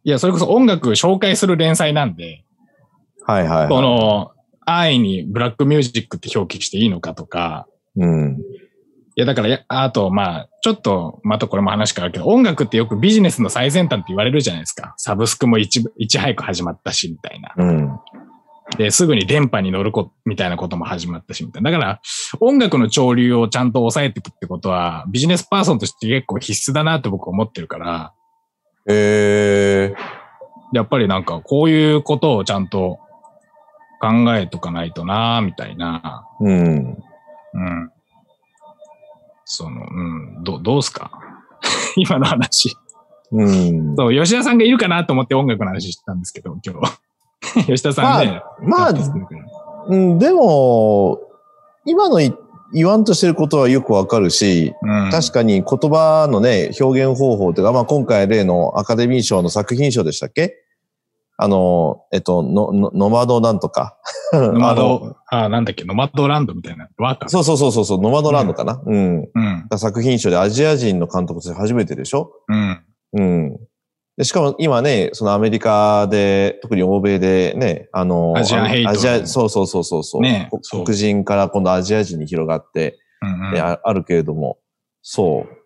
いや、それこそ音楽紹介する連載なんで、はいはいはい。この、安易にブラックミュージックって表記していいのかとか、うん。いや、だからや、あと、まあ、ちょっと、またこれも話変わるけど、音楽ってよくビジネスの最先端って言われるじゃないですか。サブスクもいちいち早く始まったし、みたいな。うん。で、すぐに電波に乗るこ、みたいなことも始まったし、みたいな。だから、音楽の潮流をちゃんと抑えていくってことは、ビジネスパーソンとして結構必須だなって僕思ってるから、ええやっぱりなんかこういうことをちゃんと考えとかないとなみたいな。うん。うん。その、うん、ど、どうすか *laughs* 今の話。うん。そう、吉田さ *laughs* んがいるかなと思って音楽の話してたんですけど、今日。吉田さんね。まあちょっとするからうん、でも、今のい言わんとしてることはよくわかるし、うん。確かに言葉のね、表現方法というか、まあ、今回例のアカデミー賞の作品賞でしたっけあの、えっと、の、の、ノマドなんとか。ノマあの。ド、あ、なんだっけ、ノマドランドみたいな。ワーカー。そうそうそうそうそう、ノマドランドかな。うん。だかうん。ら作品賞でアジア人の監督として初めてでしょうん。うん。で、しかも今ね、そのアメリカで、特に欧米でね、あの、アジアンヘイトアジア、そうそうそうそうそう、ねこそう黒人から今度アジア人に広がって、うん。うねん。ああるけれども、そう。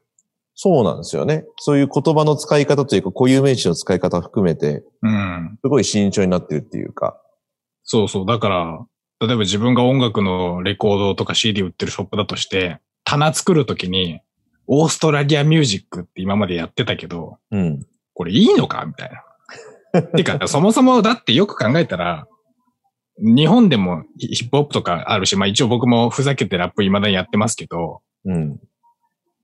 そうなんですよね。そういう言葉の使い方というか、固有名詞の使い方含めて、うん。すごい慎重になってるっていうか。そうそう。だから、例えば自分が音楽のレコードとか CD 売ってるショップだとして、棚作るときに、オーストラリアミュージックって今までやってたけど、うん。これいいのかみたいな。てか、そもそもだってよく考えたら、日本でもヒヒップホップとかあるし、まあ一応僕もふざけてラップ未だにやってますけど、うん。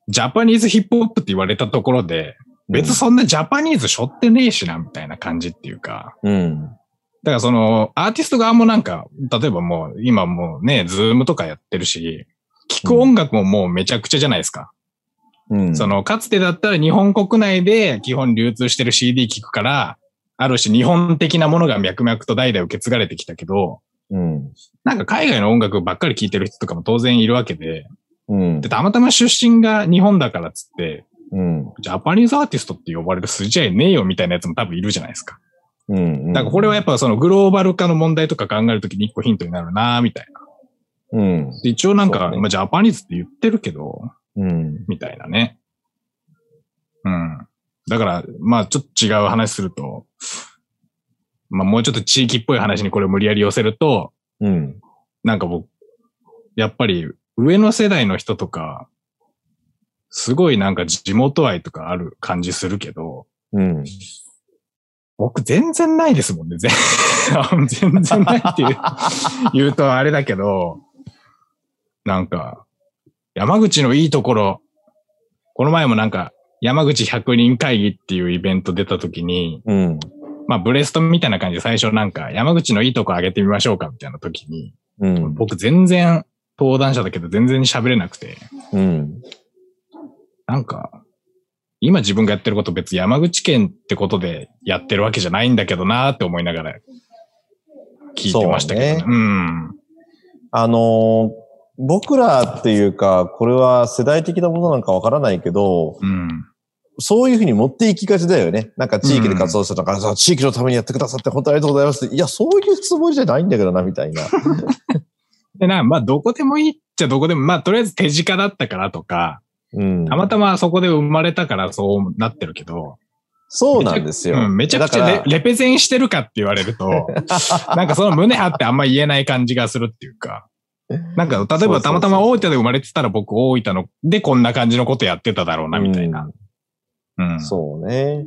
ジャパニーズヒップホップって言われたところで、別にそんなジャパニーズ背負ってねえしな、みたいな感じっていうか。うん。だからその、アーティスト側もなんか、例えばもう、今もうね、ズームとかやってるし、聞く音楽ももうめちゃくちゃじゃないですか。うん。その、かつてだったら日本国内で基本流通してる CD 聞くから、あるし日本的なものが脈々と代々受け継がれてきたけど、うん。なんか海外の音楽ばっかり聴いてる人とかも当然いるわけで、うんで、。たまたま出身が日本だからっつって、うん。ジャパニーズアーティストって呼ばれる筋合いねえよみたいなやつも多分いるじゃないですか。うん。だからこれはやっぱそのグローバル化の問題とか考えるときに一個ヒントになるなみたいな。うん。で一応なんそか、うねまあジャパニーズって言ってるけど、うん。みたいなね。うん。だから、まあちょっと違う話すると、まあもうちょっと地域っぽい話にこれを無理やり寄せると、うん。なんか僕、やっぱり上の世代の人とか、すごいなんか地元愛とかある感じするけど、うん。僕全然ないですもんね。全 *laughs* 全然ないっていう言うとあれだけど、なんか、山口のいいところ、この前もなんか、山口100人会議っていうイベント出た時に、うん。まあブレストみたいな感じで最初なんか山口のいいとこ上げてみましょうかみたいな時に、うん。僕全然登壇者だけど全然喋れなくて、うん。なんか、今自分がやってること別に山口県ってことでやってるわけじゃないんだけどなーって思いながら聞いてましたけどね。そううん。あのー僕らっていうか、これは世代的なものなんかわからないけど、うん。そういうふうに持っていきがちだよね。なんか地域で活動したとか、あ地域のためにやってくださって本当にありがとうございますって。いや、そういうつもりじゃないんだけどな、みたいな。で、な、まあどこでもいいっちゃどこでも、まあとりあえず手近だったからとか、うん。たまたまそこで生まれたからそうなってるけど、そうなんですよ。うん、めちゃくちゃだレかレペゼンしてるかって言われ *laughs* ると、なんかその胸張ってあんま言えない感じがするっていうか、なんか例えばたまたま大分で生まれてたら僕大分のでこんな感じのことやってただろうならみたいな。。うん。うんそうね。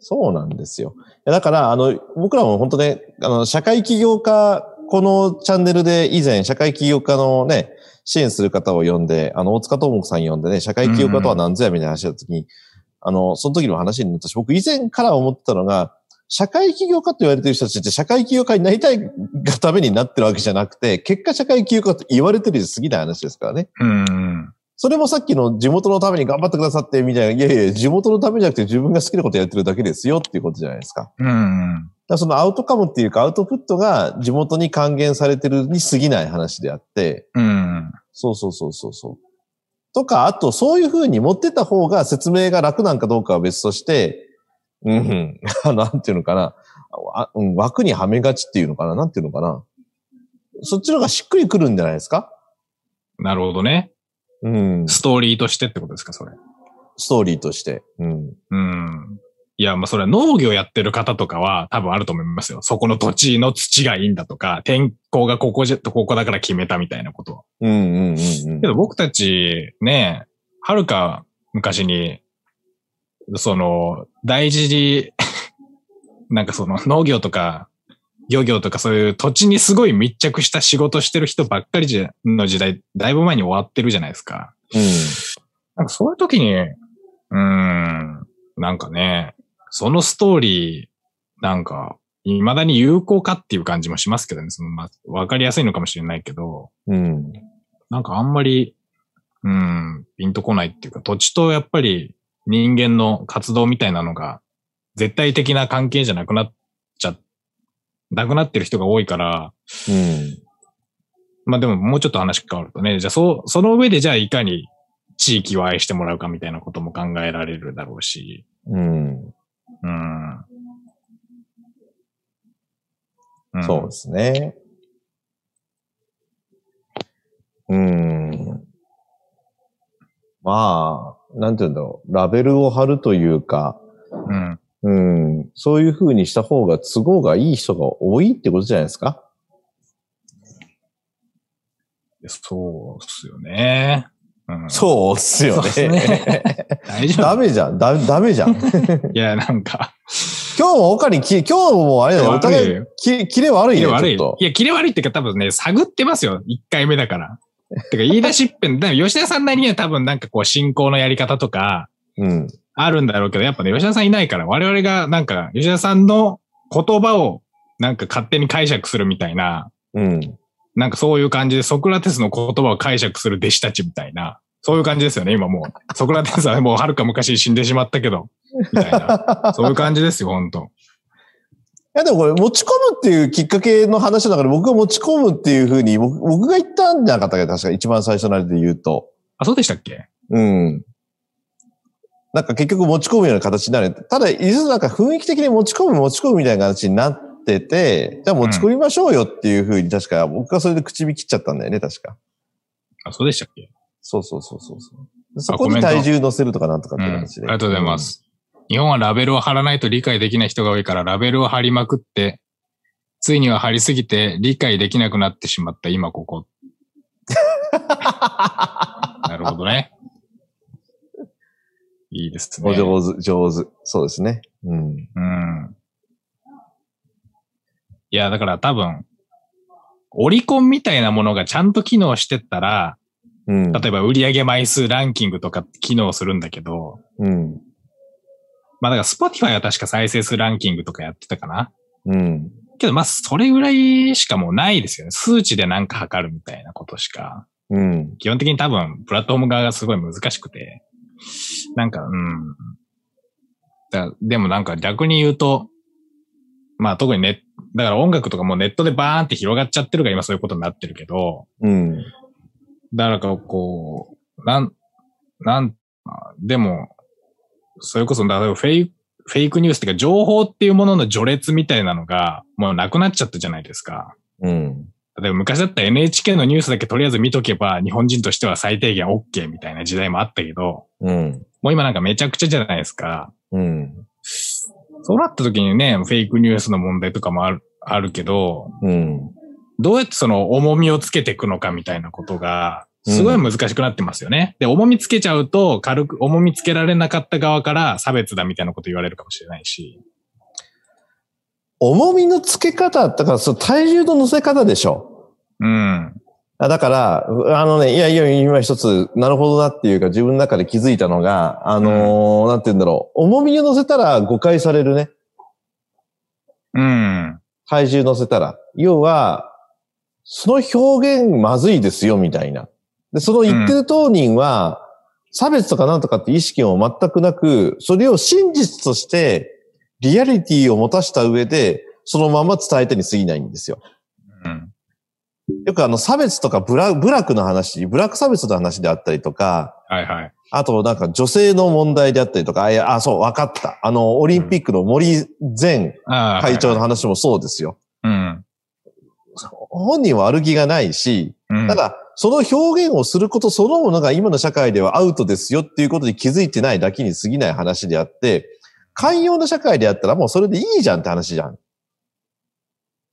そうなんですよ。いやだから、あの、僕らも本当ね、あの、社会起業家、このチャンネルで以前、社会起業家のね、支援する方を呼んで、あの、大塚智子さん呼んでね、社会起業家とは何ぞやみたいな話だった時に、あの、その時の話になったし、僕以前から思ってたのが、社会起業家と言われてる人たちって社会起業家になりたいがためになってるわけじゃなくて、結果社会起業家と言われてるに過ぎない話ですからね。うん。それもさっきの地元のために頑張ってくださって、みたいな、いやいや、地元のためじゃなくて自分が好きなことやってるだけですよっていうことじゃないですか。だかうん。らそのアウトカムっていうか、アウトプットが地元に還元されてるに過ぎない話であって、うん。そうそうそうそうそう。とか、あと、そういうふうに持ってった方が説明が楽なんかどうかは別として、うん、 *laughs* なんていうのかな。あうん枠にはめがちっていうのかななんていうのかな。そっちの方がしっくりくるんじゃないですかなるほどね。うん。ストーリーとしてってことですか、それ。ストーリーとして。うん。うん。いや、まあ、それは農業やってる方とかは多分あると思いますよ。そこの土地の土がいいんだとか、天候がここじゃ、ここだから決めたみたいなこと。うんうんうんうんけ。ど僕たち、ね、はるか昔に、その、大事に、 *laughs* なんかその農業とか、漁業とかそういう土地にすごい密着した仕事してる人ばっかりじゃの時代、だいぶ前に終わってるじゃないですか。うなんかそういう時に、うーん、なんかね、そのストーリー、なんか、未だに有効かっていう感じもしますけどね、その、まあ、わかりやすいのかもしれないけど、うん。なんかあんまり、うん、ピンとこないっていうか、土地とやっぱり人間の活動みたいなのが、絶対的な関係じゃなくなっちゃ、なくなってる人が多いから、うん。まあでももうちょっと話変わるとね、じゃあそう、その上でじゃあいかに地域を愛してもらうかみたいなことも考えられるだろうし、うん。うん。うんそうですね。うん。まあ、なんていうんだろう。ラベルを貼るというか、うん。うん。そういう風にした方が都合がいい人が多いってことじゃないですか。そうっすよね。うん、そうっすよそうっす *laughs* ねね。大丈夫ダメじゃん。ダダメじゃん。今いや、なんか、日もオカリき、今日もあれだよ。お互い、き、キレ悪いキね、ちょレ悪っい。とい。や、キレ悪いっていうか多分ね、探ってますよ。1回目だから。てか、言い出しっぺん、だから吉田さんなりには多分なんかこう、進行のやり方とか、うん。あるんだろうけど、やっぱね、吉田さんいないから、我々がなんか、吉田さんの言葉を、なんか勝手に解釈するみたいな、うん。なんかそういう感じで、ソクラテスの言葉を解釈する弟子たちみたいな、そういう感じですよね、今もう。ソクラテスはもうはるか昔死んでしまったけど、みたいな。そういう感じですよ、ほんと。いやでもこれ持ち込むっていうきっかけの話の中で僕が持ち込むっていうふうに僕僕が言ったんじゃなかったっけど確か一番最初のあれで言うと。あ、そうでしたっけうん。なんか結局持ち込むような形になる。ただ、いずれなんか雰囲気的に持ち込む持ち込むみたいな形になってて、じゃあ持ち込みましょうよっていうふうに確か僕がそれで口火切っちゃったんだよね、確か。あ、そうでしたっけそうそうそうそうそうで。あそこコメンにト体重乗せるとかなんとかっうてん、あ感じりで、がとうございま。す。日本はラベルを貼らないと理解できない人が多いから、ラベルを貼りまくって、ついには貼りすぎて理解できなくなってしまった今 *laughs* ここ。なるほどね。いいですおね。上手、上手。そうですね。うん。うん。いや、だから多分、オリコンみたいなものがちゃんと機能してったら、うん。例えば売上枚数ランキングとかって機能するんだけど、うん。まあだから Spotify は確か再生数ランキングとかやってたかな。うん。けどまあそれぐらいしかもうないですよね。数値でなんか測るみたいなことしか。うん。基本的に多分プラットフォーム側がすごい難しくて。なんか、うん。だでもなんか逆に言うと、まあ特にね、だから音楽とかもうネットでバーンって広がっちゃってるから今そういうことになってるけど、うん。だからこう、なん、なん、あでも、それこそ、だからフェイク、フェイクニュースっていうか、情報っていうものの序列みたいなのが、もうなくなっちゃったじゃないですか。うん。例えば昔だったら NHK のニュースだけとりあえず見とけば、日本人としては最低限 OK みたいな時代もあったけど、うん。もう今なんかめちゃくちゃじゃないですか。うん。そうなった時にね、フェイクニュースの問題とかもある、あるけど、うん。どうやってその重みをつけていくのかみたいなことが、すごい難しくなってますよね。で、重みつけちゃうと、軽く、重みつけられなかった側から差別だみたいなこと言われるかもしれないし。重みの付け方、だからその体重の乗せ方でしょ。うん。あだから、うあのね、いやいや、今一つ、なるほどなっていうか自分の中で気づいたのが、あのーなんて言うんだろう。重みを乗せたら誤解されるね。うん。体重乗せたら。要は、その表現まずいですよ、みたいな。で、その言ってる当人は、差別とかなんとかって意識も全くなく、それを真実として、リアリティを持たした上で、そのまま伝えてに過ぎないんですよ。うん。よくあの、差別とかブラ、ブラックの話、ブラック差別の話であったりとか、はいはい。あと、なんか女性の問題であったりとか、あ、いやあそう、わかった。あの、オリンピックの森前ああ。会長のはい話もそうですよ。はい *laughs* 本人は悪気がないし、うん。うん。ただ、その表現をすることそのものが今の社会ではアウトですよっていうことに気づいてないだけに過ぎない話であって、寛容な社会であったらもうそれでいいじゃんって話じゃん。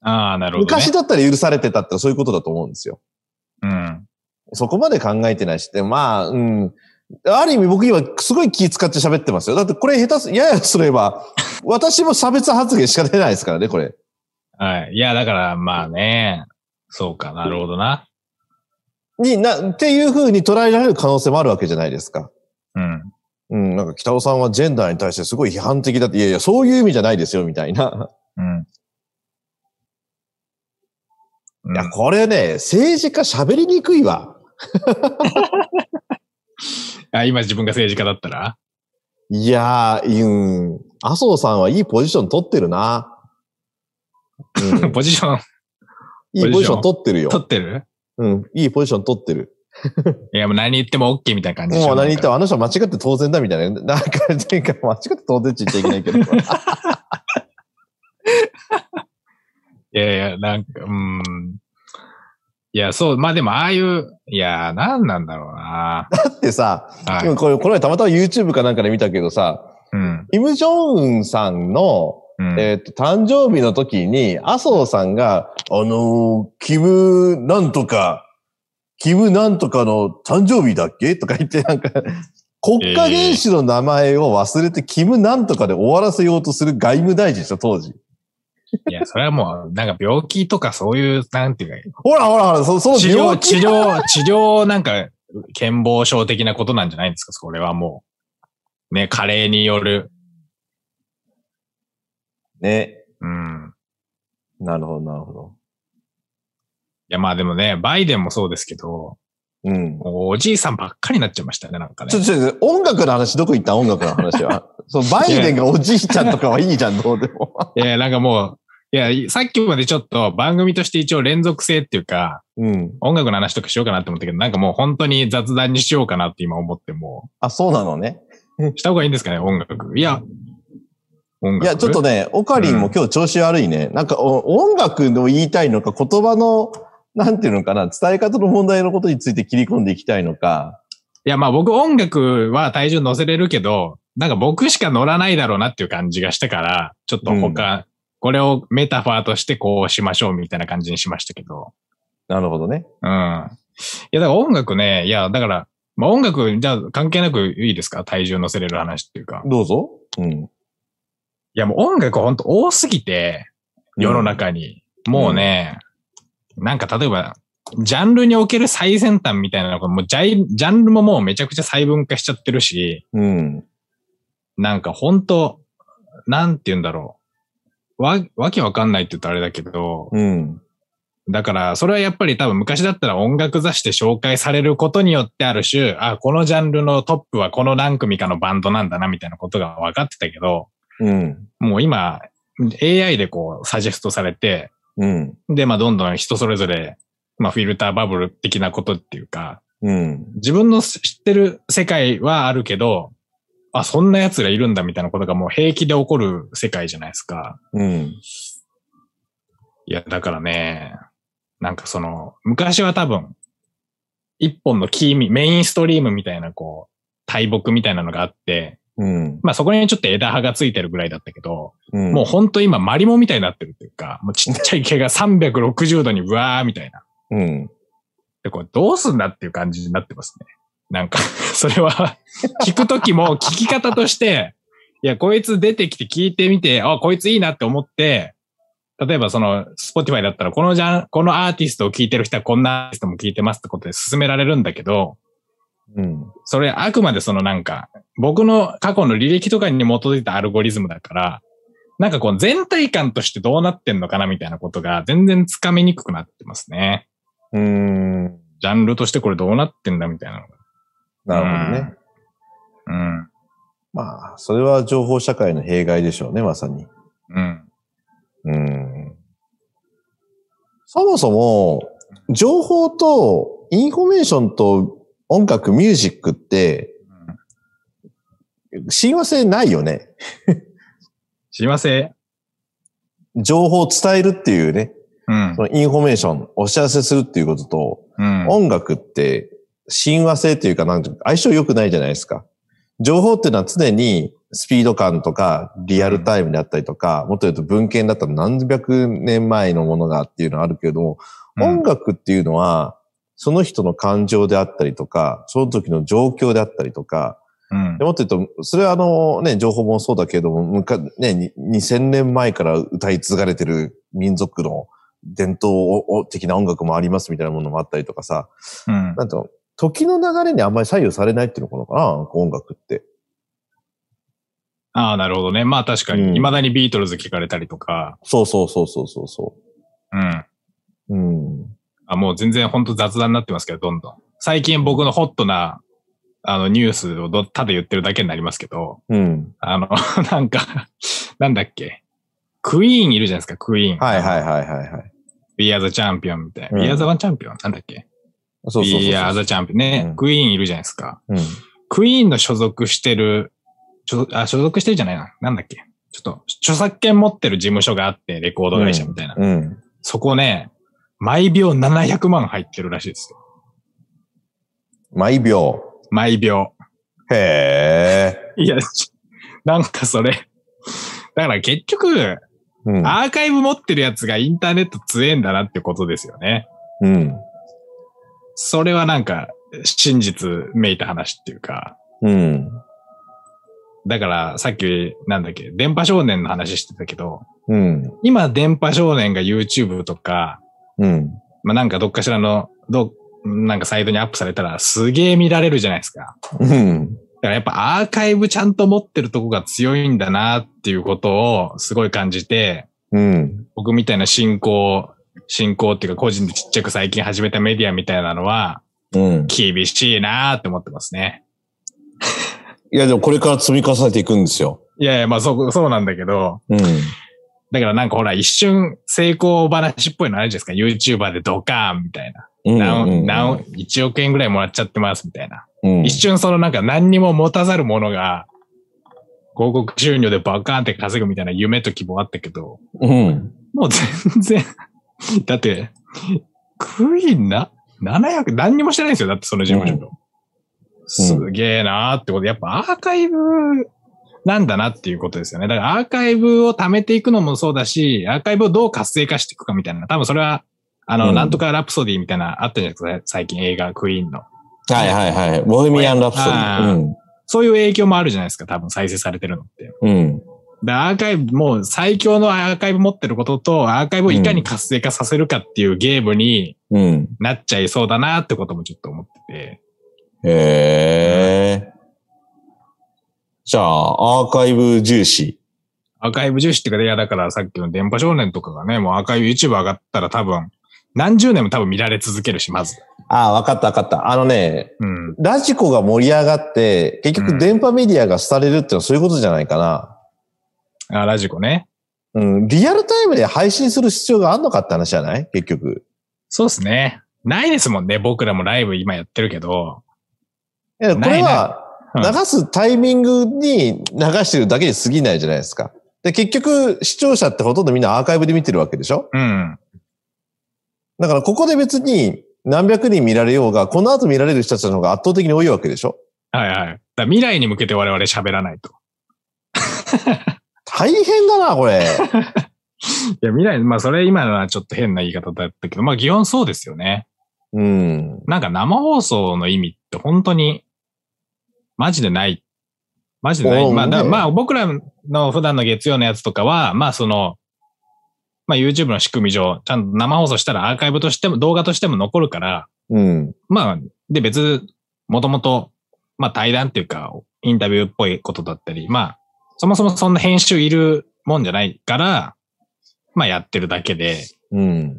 ああ、なるほど、ね。昔だったら許されてたってそういうことだと思うんですよ。うん。そこまで考えてないし、でまあ、うん。ある意味僕今すごい気使って喋ってますよ。だってこれ下手す、ややすれ *laughs* ば、私も差別発言しか出ないですからね、これ。はい。いや、だから、まあね。そうか、なるほどな。にな、っていうふうに捉えられる可能性もあるわけじゃないですか。うん。うん、なんか北尾さんはジェンダーに対してすごい批判的だって、いやいや、そういう意味じゃないですよ、みたいな。うん。うんいや、これね、政治家喋りにくいわ。あ、今自分が政治家だったら、いやー、うん。麻生さんはいいポジション取ってるな。うん *laughs* ポジションいいポジション取ってるよ。取ってるうん。いいポジション取ってる。いや、もう何言っても OK みたいな感じでしょもう何言ってなもあの人間違って当然だみたいな。なんか、前回間違って当然って言っちゃいけないけど。んかいやいや、なんか、うん。いや、そう、まあでも、ああいう、いや、何なんだろうな。だってさ、はい。これ、この前たまたま YouTube かなんかで見たけどさ、うん。キム・ジョンウンさんの、うん。えっ、と、誕生日の時に、麻生さんが、あのーキムなんとか、キムなんとかの誕生日だっけとか言って、 *laughs* なんか、国家元首の名前を忘れて、キムなんとかで終わらせようとする外務大臣でしょ、当時。いや、それはもう、なんか病気とかそういう、なんていうか、ほらほらほら、そその治病療、気治療、治療なんか、健忘症的なことなんじゃないんですかそれはもう。ね、加齢による。ね。うん。なるほど、なるほど。いや、まあでもね、バイデンもそうですけど、うん。もうおじいさんばっかりになっちゃいましたね、なんかねちょ、。ちょ、ちょ音楽の話、どこ行った音楽の話 *laughs* は。そう、バイデンがおじいちゃんとかはいいじゃん、どうでも。いや、なんかもう、いや、さっきまでちょっと番組として一応連続性っていうか、うん。音楽の話とかしようかなって思ったけど、なんかもう本当に雑談にしようかなって今思ってもあ、そうなのね。う、した方がいいんですかね、音楽。いや、音楽。いや、ちょっとね、オカリンも今日調子悪いね。なんか、お音楽の言いたいのか、言葉の、なんていうのかな、伝え方の問題のことについて切り込んでいきたいのか。いや、まあ僕音楽は体重乗せれるけど、なんか僕しか乗らないだろうなっていう感じがしたから、ちょっと他、これをメタファーとしてこうしましょうみたいな感じにしましたけど。なるほどね。うん。いや、だから音楽ね、いや、だから、まあ音楽、じゃあ関係なくいいですか体重乗せれる話っていうか。どうぞ。うん。いや、もう音楽ほんと多すぎて、世の中に。もうね、なんか例えば、ジャンルにおける最先端みたいなのが、もうジャイジャンルももうめちゃくちゃ細分化しちゃってるし、うん。なんかほんと、なんて言うんだろう。わ、わけわかんないって言うとあれだけど、うん。だからそれはやっぱり多分昔だったら音楽雑誌で紹介されることによってある種、あ、このジャンルのトップはこの何組かのバンドなんだなみたいなことが分かってたけど、うん。もう今、AI でこうサジェストされて、うん。で、まあどんどん人それぞれ、まあフィルターバブル的なことっていうか、うん。自分の知ってる世界はあるけど、あ、そんな奴らいるんだみたいなことがもう平気で起こる世界じゃないですか。うん。いや、だからね、なんかその、昔は多分、一本のキーミ、メインストリームみたいなこう、大木みたいなのがあって、うん。まあそこにちょっと枝葉がついてるぐらいだったけど、うん。もうほんと今マリモみたいになってるっていうか、もうちっちゃい毛が360度にうわーみたいな。う。うん。で、これどうすんだっていう感じになってますね。なんか、 *laughs* それは、聞くときも聞き方として、いや、こいつ出てきて聞いてみて、あ、こいついいなって思って、例えばその、Spotify だったら、このジャン、このアーティストを聞いてる人はこんなアーティストも聞いてますってことで勧められるんだけど、うん。それあくまでそのなんか、僕の過去の履歴とかに基づいたアルゴリズムだから、なんかこう全体感としてどうなってんのかなみたいなことが全然つかみにくくなってますね。うん。ジャンルとしてこれどうなってんだみたいなのがなるほどね。うん。まあ、それは情報社会の弊害でしょうね、まさに。うん。うんそもそも、情報とインフォメーションと音楽、ミュージックって、親和性ないよね。知りません。情報を伝えるっていうね、うんそ。のインフォメーション、お知らせするっていうことと、うん。音楽って親和性というか、なんていうか相性良くないじゃないですか。情報っていうのは常にスピード感とかリアルタイムであったりとか、もっと言うと文献だったら何百年前のものがっていうのはあるけれども、音楽っていうのは、その人の感情であったりとか、その時の状況であったりとか、うんで。もっと言うと、それはあのね、情報もそうだけれども、むかね、に2000年前から歌い継がれてる民族の伝統を的な音楽もありますみたいなものもあったりとかさ、うん。なんと、時の流れにあんまり左右されないっていうのかな音楽って。ああ、なるほどね。まあ確かうんに、未だにビートルズ聞かれたりとか、そうそうそうそうそうそうん。うん。あ、もう全然ほんと雑談になってますけど、どんどん。最近僕のホットな、あの、ニュースをどただ言ってるだけになりますけど、うん。あの、 *laughs* なんか、なんだっけ。クイーンいるじゃないですか、クイーン。。はいはいいはいはいはい。 We are the champion みたいうな。ん We are the one champion? なんだっけそうそうそうそう。 We are the champion ね、うんクイーンいるじゃないですか。うん。クイーンの所属してる、所あ所属してるじゃないな。なんだっけ。ちょっと、著作権持ってる事務所があって、レコード会社みたいな。うん。そこね、毎秒700万入ってるらしいですよ。毎秒。毎秒。へえ。いや、ちなんかそれ。だから結局、うん。アーカイブ持ってるやつがインターネット強えんだなってことですよね。うん。それはなんか、真実めいた話っていうか。うん。だから、さっき、なんだっけ、電波少年の話してたけど、うん。今、電波少年が YouTube とか、うん。まあ、なんかどっかしらの、どう、なんかサイトにアップされたら、すげえ見られるじゃないですか。うん。だからやっぱアーカイブちゃんと持ってるとこが強いんだなっていうことをすごい感じて、うん。僕みたいな進行、進行っていうか個人でちっちゃく最近始めたメディアみたいなのは、うん。厳しいなーって思ってますね。いや、でもこれから積み重ねていくんですよ。いやいや、まあそう、そうなんだけど、うん。だからなんかほら一瞬成功話っぽいのあるじゃないですか。YouTuber でドカーンみたいな。うん。何、何、1億円ぐらいもらっちゃってますみたいな。うん。一瞬そのなんか何にも持たざるものが、広告収入でバカーンって稼ぐみたいな夢と希望あったけど、うん。もう全然、 *laughs* だって、クイーンな、700、何にもしてないんですよ。だってその事務所の。すげえなーってこと。やっぱアーカイブなんだなっていうことですよね。だからアーカイブを貯めていくのもそうだし、アーカイブをどう活性化していくかみたいな。多分それは、あの、うんなんとかラプソディみたいな、あったじゃないですか。最近映画クイーンの。はいはいはい。ボヘミアン・ラプソディ。そういう影響もあるじゃないですか。多分再生されてるのって。うん。うん。で、アーカイブ、もう最強のアーカイブ持ってることと、アーカイブをいかに活性化させるかっていうゲームにうん。なっちゃいそうだなってこともちょっと思ってて。へえ。じゃあ、アーカイブ重視。アーカイブ重視っていうか、いやだからさっきの電波少年とかがね、もうアーカイブ YouTube 上がったら多分、何十年も多分見られ続けるし、まず。ああ、わかったわかった。あのね、うん。ラジコが盛り上がって、結うん局電波メディアが廃れるってのはそういうことじゃないかな。あラジコね。うん、リアルタイムで配信する必要があんのかって話じゃない結局。そうですね。ないですもんね。僕らもライブ今やってるけど。いやこないれは、う流んすタイミングに流してるだけに過ぎないじゃないですか。で、結局、視聴者ってほとんどみんなアーカイブで見てるわけでしょうん。だから、ここで別に何百人見られようが、この後見られる人たちの方が圧倒的に多いわけでしょはいはい。だから未来に向けて我々喋らないと。大変だな、こ *laughs* れ。いや、未来、まあそれ今のはちょっと変な言い方だったけど、まあ基本そうですよね。うん。なんか生放送の意味って本当に、マジでない。マジでなおい。うまあ、だねまあ僕らの普段の月曜のやつとかは、まあその、まあ YouTube の仕組み上、ちゃんと生放送したらアーカイブとしても、動画としても残るから、うん。まあ、で別、もともと、まあ対談っていうか、インタビューっぽいことだったり、まあ、そもそもそんな編集いるもんじゃないから、まあやってるだけで、うん。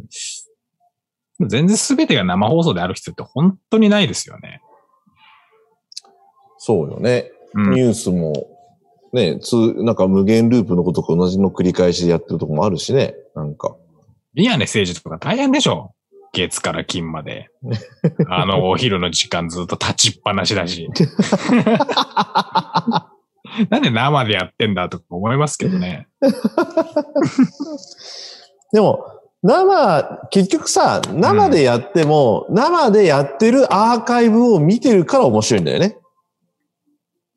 全然全てが生放送である必要って本当にないですよね。そうよね。うんニュースも、ね、つ、なんか無限ループのことと同じの繰り返しでやってるとこもあるしね。なんか。宮根誠司とか大変でしょ月から金 *laughs* まで。あのお昼の時間ずっと立ちっぱなし *laughs* だし。なんで生でやってんだとか思いますけどね。でも、生、結局さ、生でやっても、生でやってるアーカイブを見てるから面白いんだよね。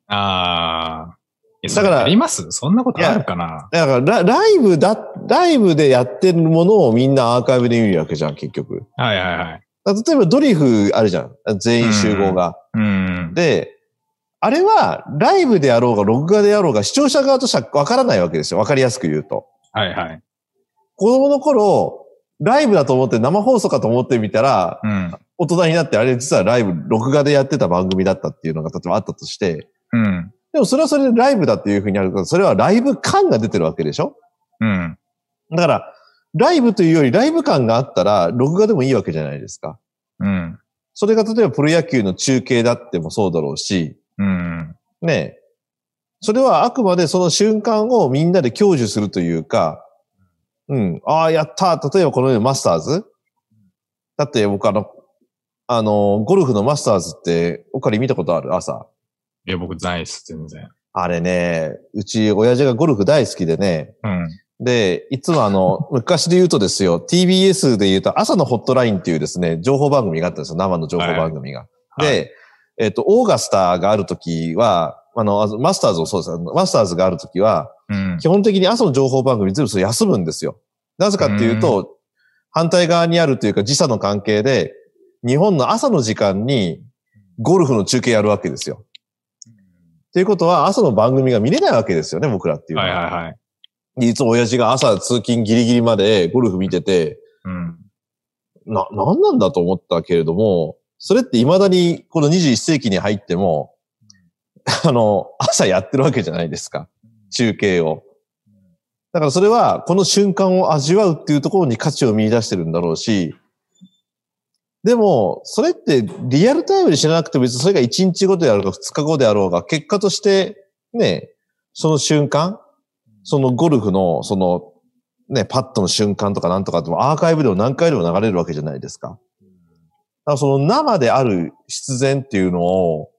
ああ。いやだからそれありますそんなことあるかなだからラ、ライブだ、ライブでやってるものをみんなアーカイブで見るわけじゃん、結局。はいはいはい。だから例えばドリフあるじゃん。全員集合が。うん。で、あれは、ライブであろうが、録画であろうが、視聴者側としてはわからないわけですよ。わかりやすく言うと。はいはい。子供の頃、ライブだと思って生放送かと思ってみたら、うん。大人になって、あれ実はライブ、録画でやってた番組だったっていうのが例えばあったとして、うん。でもそれはそれでライブだっていうふうにあるから、それはライブ感が出てるわけでしょうん。だから、ライブというよりライブ感があったら、録画でもいいわけじゃないですか。うん。それが例えばプロ野球の中継だってもそうだろうし、うん。ねえ。それはあくまでその瞬間をみんなで享受するというか、うん。ああ、やった例えばこの世のマスターズだって僕あの、あの、ゴルフのマスターズって、おかり見たことある朝。いや、僕ないっす、全然。あれね、うち親父がゴルフ大好きでね、うん。で、いつもあの、昔で言うとですよ、TBS で言うと朝のホットラインっていうですね、情報番組があったんですよ、生の情報番組が。はいはいで、えっ、と、オーガスターがあるときは、あの、あのマスターズをそうです。あのマスターズがあるときは、うん。基本的に朝の情報番組全部それ休むんですよ。なぜかっていうと、反対側にあるというか時差の関係で、日本の朝の時間にゴルフの中継やるわけですよ。ということは、朝の番組が見れないわけですよね、僕らっていうのはは。いはいはい。でいつも親父が朝通勤ギリギリまでゴルフ見てて、うん。な、なんなんだと思ったけれども、それって未だにこの21世紀に入っても、あの、朝やってるわけじゃないですか。中継を。だからそれは、この瞬間を味わうっていうところに価値を見出してるんだろうし、でも、それってリアルタイムで知らなくても別にそれが1日後であろうが2日後であろうが、結果として、ね、その瞬間、そのゴルフの、その、ね、パットの瞬間とかなんとかってもアーカイブでも何回でも流れるわけじゃないですか。だからその生である必然っていうのを、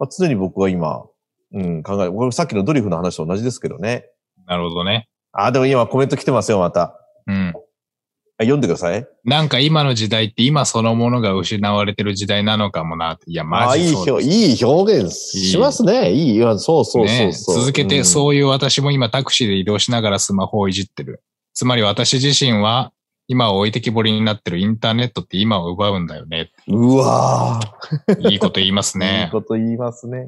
まあ、常に僕は今、うん、考え、これさっきのドリフの話と同じですけどね。なるほどね。あ、でも今コメント来てますよ、また。うん。あ読んでください。なんか今の時代って今そのものが失われてる時代なのかもなって。いや、マあ、いいジそう表、です。いい表現しますね。いい、いやそうそうそうそう、ね、続けて、うん。そういう私も今タクシーで移動しながらスマホをいじってる。つまり私自身は今を置いてきぼりになってるインターネットって今を奪うんだよね。うわぁ。いいこと言いまいすい *laughs* ね。こと言いますね。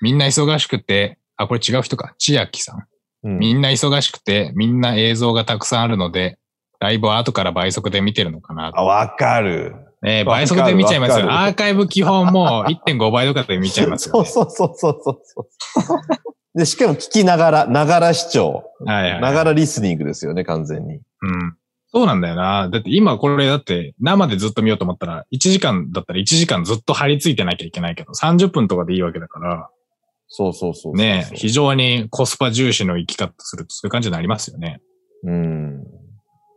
みんな忙しくて、あ、これ違う人か。千秋さん。うんみんな忙しくて、みんな映像がたくさんあるので、ライブは後から倍速で見てるのかな。あ、わかる。ねえわかる倍速で見ちゃいますわよ。かるアーカイブ基本もう1.5倍とかで見ちゃい *laughs* ますよ、ね。そうそうそうそうそう。で、しかも聞きながら、ながら視聴。はいはいながらリスニングですよね、完全に。うん。そうなんだよな。だって今これだって生でずっと見ようと思ったら、1時間だったら1時間ずっと張り付いてなきゃいけないけど、30分とかでいいわけだから、そうそうそうそうねえ、非常にコスパ重視の生き方するとそういう感じになりますよね。うん。